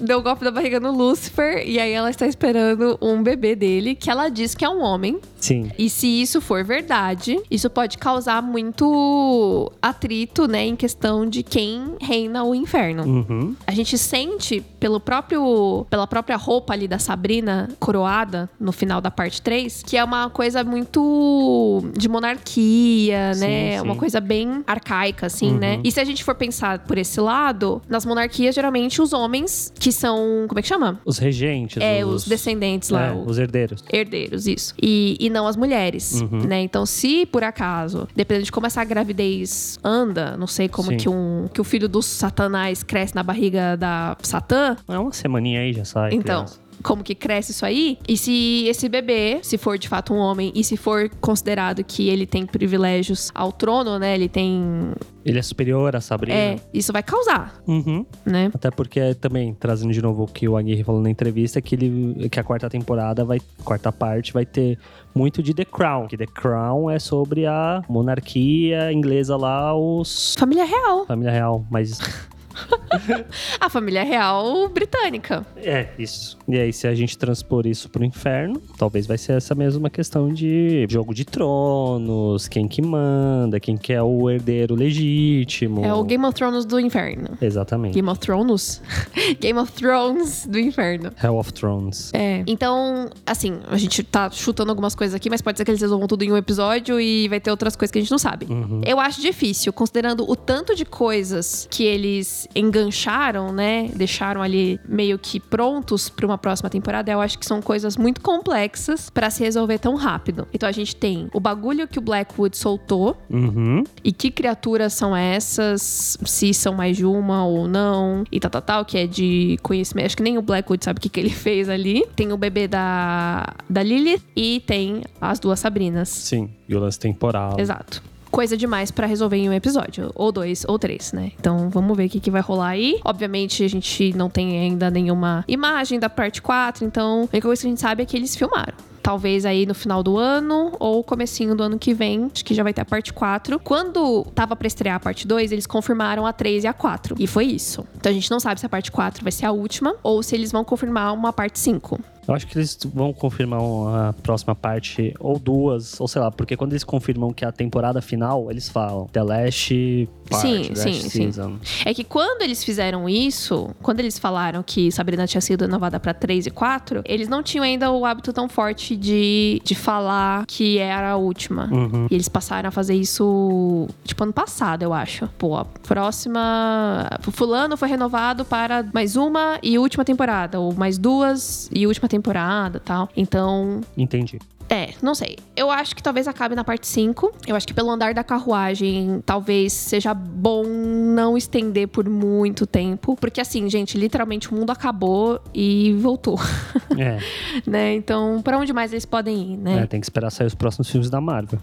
deu o golpe da barriga no Lucifer. E aí, ela está esperando um bebê dele, que ela diz que é um homem.
Sim.
E se isso for verdade, isso pode causar muito atrito, né, em questão de quem reina o inferno.
Uhum.
A gente sente pelo próprio pela própria roupa ali da Sabrina coroada no final da parte 3, que é uma coisa muito de monarquia,
Sim,
né?
sim.
Uma coisa bem arcaica assim,
Uhum.
né? E se a gente for pensar por esse lado, nas monarquias geralmente os homens que são, como é que chama?
Os regentes.
É, os descendentes lá,
é,
o-
os herdeiros.
herdeiros, isso. E, e não as mulheres,
Uhum.
né? Então, se por acaso, dependendo de como essa gravidez anda, não sei como
Sim.
que, um, que o filho do satanás cresce na barriga da satã,
É uma semaninha aí já sai.
então...
criança.
Como que cresce isso aí? E se esse bebê, se for de fato um homem, e se for considerado que ele tem privilégios ao trono, né? Ele tem.
Ele é superior a Sabrina.
É, isso vai causar,
Uhum.
né?
Até porque é também, trazendo de novo o que o Aguirre falou na entrevista, que, ele, que a quarta temporada, vai, quarta parte, vai ter muito de The Crown. Que The Crown é sobre a monarquia inglesa lá, os...
Família real.
Família real, mas... <laughs>
A família real britânica.
É, isso. E aí, se a gente transpor isso pro inferno, talvez vai ser essa mesma questão de jogo de tronos, quem que manda, quem que é o herdeiro legítimo.
É o Game of Thrones do inferno.
Exatamente.
Game of Thrones? <laughs> Game of Thrones do inferno.
Hell of Thrones.
É. Então, assim, a gente tá chutando algumas coisas aqui, mas pode ser que eles resolvam tudo em um episódio e vai ter outras coisas que a gente não sabe.
Uhum.
Eu acho difícil, considerando o tanto de coisas que eles engancharam, né? Deixaram ali meio que prontos pra uma próxima temporada. Eu acho que são coisas muito complexas pra se resolver tão rápido. Então a gente tem o bagulho que o Blackwood soltou,
Uhum.
e que criaturas são essas, se são mais de uma ou não, e tal, tal, tal, que é de conhecimento. Acho que nem o Blackwood sabe o que, que ele <laughs> fez ali. Tem o bebê da, da Lilith e tem as duas Sabrinas.
Sim. E o lance temporal.
Exato. Coisa demais pra resolver em um episódio, ou dois, ou três, né? Então vamos ver o que, que vai rolar aí. Obviamente a gente não tem ainda nenhuma imagem da parte 4, então a única coisa que a gente sabe é que eles filmaram. Talvez aí no final do ano ou comecinho do ano que vem, acho que já vai ter a parte 4. Quando tava pra estrear a parte 2, eles confirmaram a 3 e a 4. E foi isso. Então a gente não sabe se a parte 4 vai ser a última ou se eles vão confirmar uma parte 5.
Eu acho que eles vão confirmar uma- a próxima parte, ou duas, ou sei lá, porque quando eles confirmam que é a temporada final, eles falam The Last Part,
Sim,
The Last
sim, sim.
Season.
É que quando eles fizeram isso, quando eles falaram que Sabrina tinha sido renovada pra 3 e 4, eles não tinham ainda o hábito tão forte de, de falar que era a última.
Uhum.
E eles passaram a fazer isso, tipo, ano passado, eu acho. Pô, a próxima. Fulano foi renovado para mais uma e última temporada, ou mais duas e última temporada tal. Então,
Entendi.
é, não sei. Eu acho que talvez acabe na parte 5. Eu acho que pelo andar da carruagem, talvez seja bom não estender por muito tempo. Porque assim, gente, literalmente o mundo acabou e voltou, <laughs>
É,
né? Então, pra onde mais eles podem ir, né?
é, tem que esperar sair os próximos filmes da Marvel.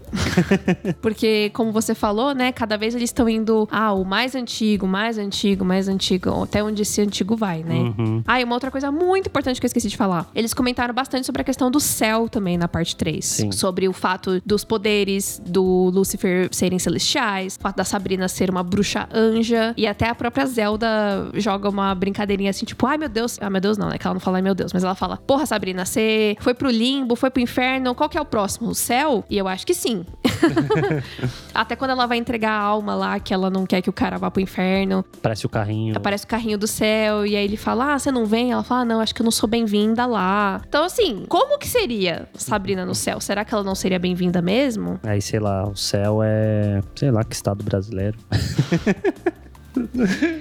Porque, como você falou, né? Cada vez eles estão indo, ah, o mais antigo, mais antigo, mais antigo. Até onde esse antigo vai, né?
Uhum.
Ah, e uma outra coisa muito importante que eu esqueci de falar. Eles comentaram bastante sobre a questão do céu também na parte 3.
Sim.
Sobre o fato dos poderes do Lucifer serem celestiais, o fato da Sabrina ser uma bruxa anja. E até a própria Zelda joga uma brincadeirinha assim, tipo, ai meu Deus. Ah, meu Deus não, né? Que ela não fala ai meu Deus, mas ela fala, porra, Sabrina, você foi pro limbo, foi pro inferno, qual que é o próximo? O céu? E eu acho que sim. até quando ela vai entregar a alma lá, que ela não quer que o cara vá pro inferno.
Parece o carrinho.
Aparece o carrinho do céu, e aí ele fala: Ah, você não vem? Ela fala: ah, Não, acho que eu não sou bem-vinda lá. Então, assim, como que seria Sabrina no céu? Será que ela não seria bem-vinda mesmo?
Aí, sei lá, o céu é. Sei lá que estado brasileiro.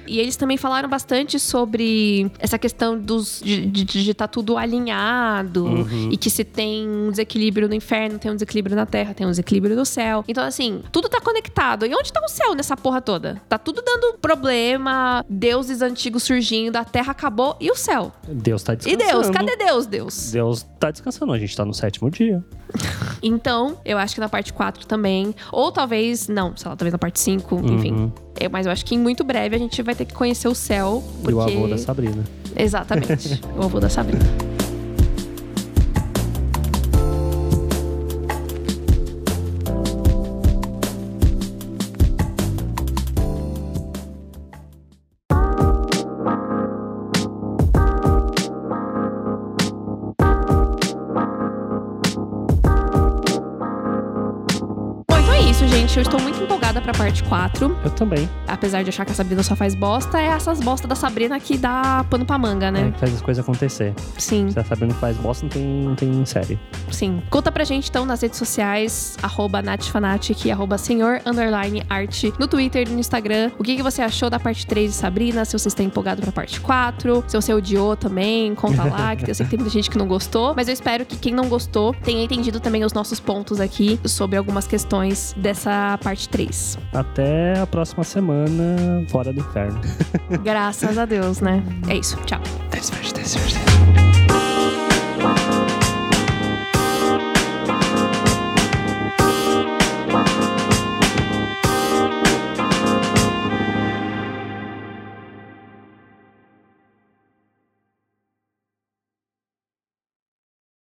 E eles também falaram bastante sobre essa questão dos, de, de, de estar tudo alinhado
Uhum.
e que se tem um desequilíbrio no inferno, tem um desequilíbrio na terra, tem um desequilíbrio no céu. Então, assim, tudo tá conectado. E onde tá o céu nessa porra toda? Tá tudo dando problema, deuses antigos surgindo, a terra acabou e o céu.
<laughs> Deus tá
E
descansando.
Deus? Cadê Deus, Deus?
Deus tá descansando, a gente tá no sétimo dia.
Então, eu acho que na parte 4 também. Ou talvez, não, sei lá, talvez na parte 5,
Uhum.
enfim. É, mas eu acho que em muito breve a gente vai ter que conhecer o céu. Porque...
E o avô da Sabrina.
Exatamente. o avô da Sabrina. Bom, então é isso, gente. Eu estou muito empolgada pra parte 4
Eu também.
apesar de achar que a Sabrina só faz bosta, é essas bostas da Sabrina que dá pano pra manga,
É,
né?
que faz as coisas acontecer.
Sim,
Se a Sabrina tá faz bosta, não tem, não tem série.
sim. Conta pra gente então nas redes sociais, arroba natfanatic, arroba senhor, underline arte, no Twitter, no Instagram. O que, que você achou da parte 3 de Sabrina? Se você está empolgado pra parte 4, se você odiou também, conta lá, que eu sei que tem muita gente que não gostou, mas eu espero que quem não gostou tenha entendido também os nossos pontos aqui sobre algumas questões dessa parte 3.
Até a próxima semana, fora do inferno.
Graças a Deus, né? É isso, tchau.
Desfecho, desfecho, desfecho.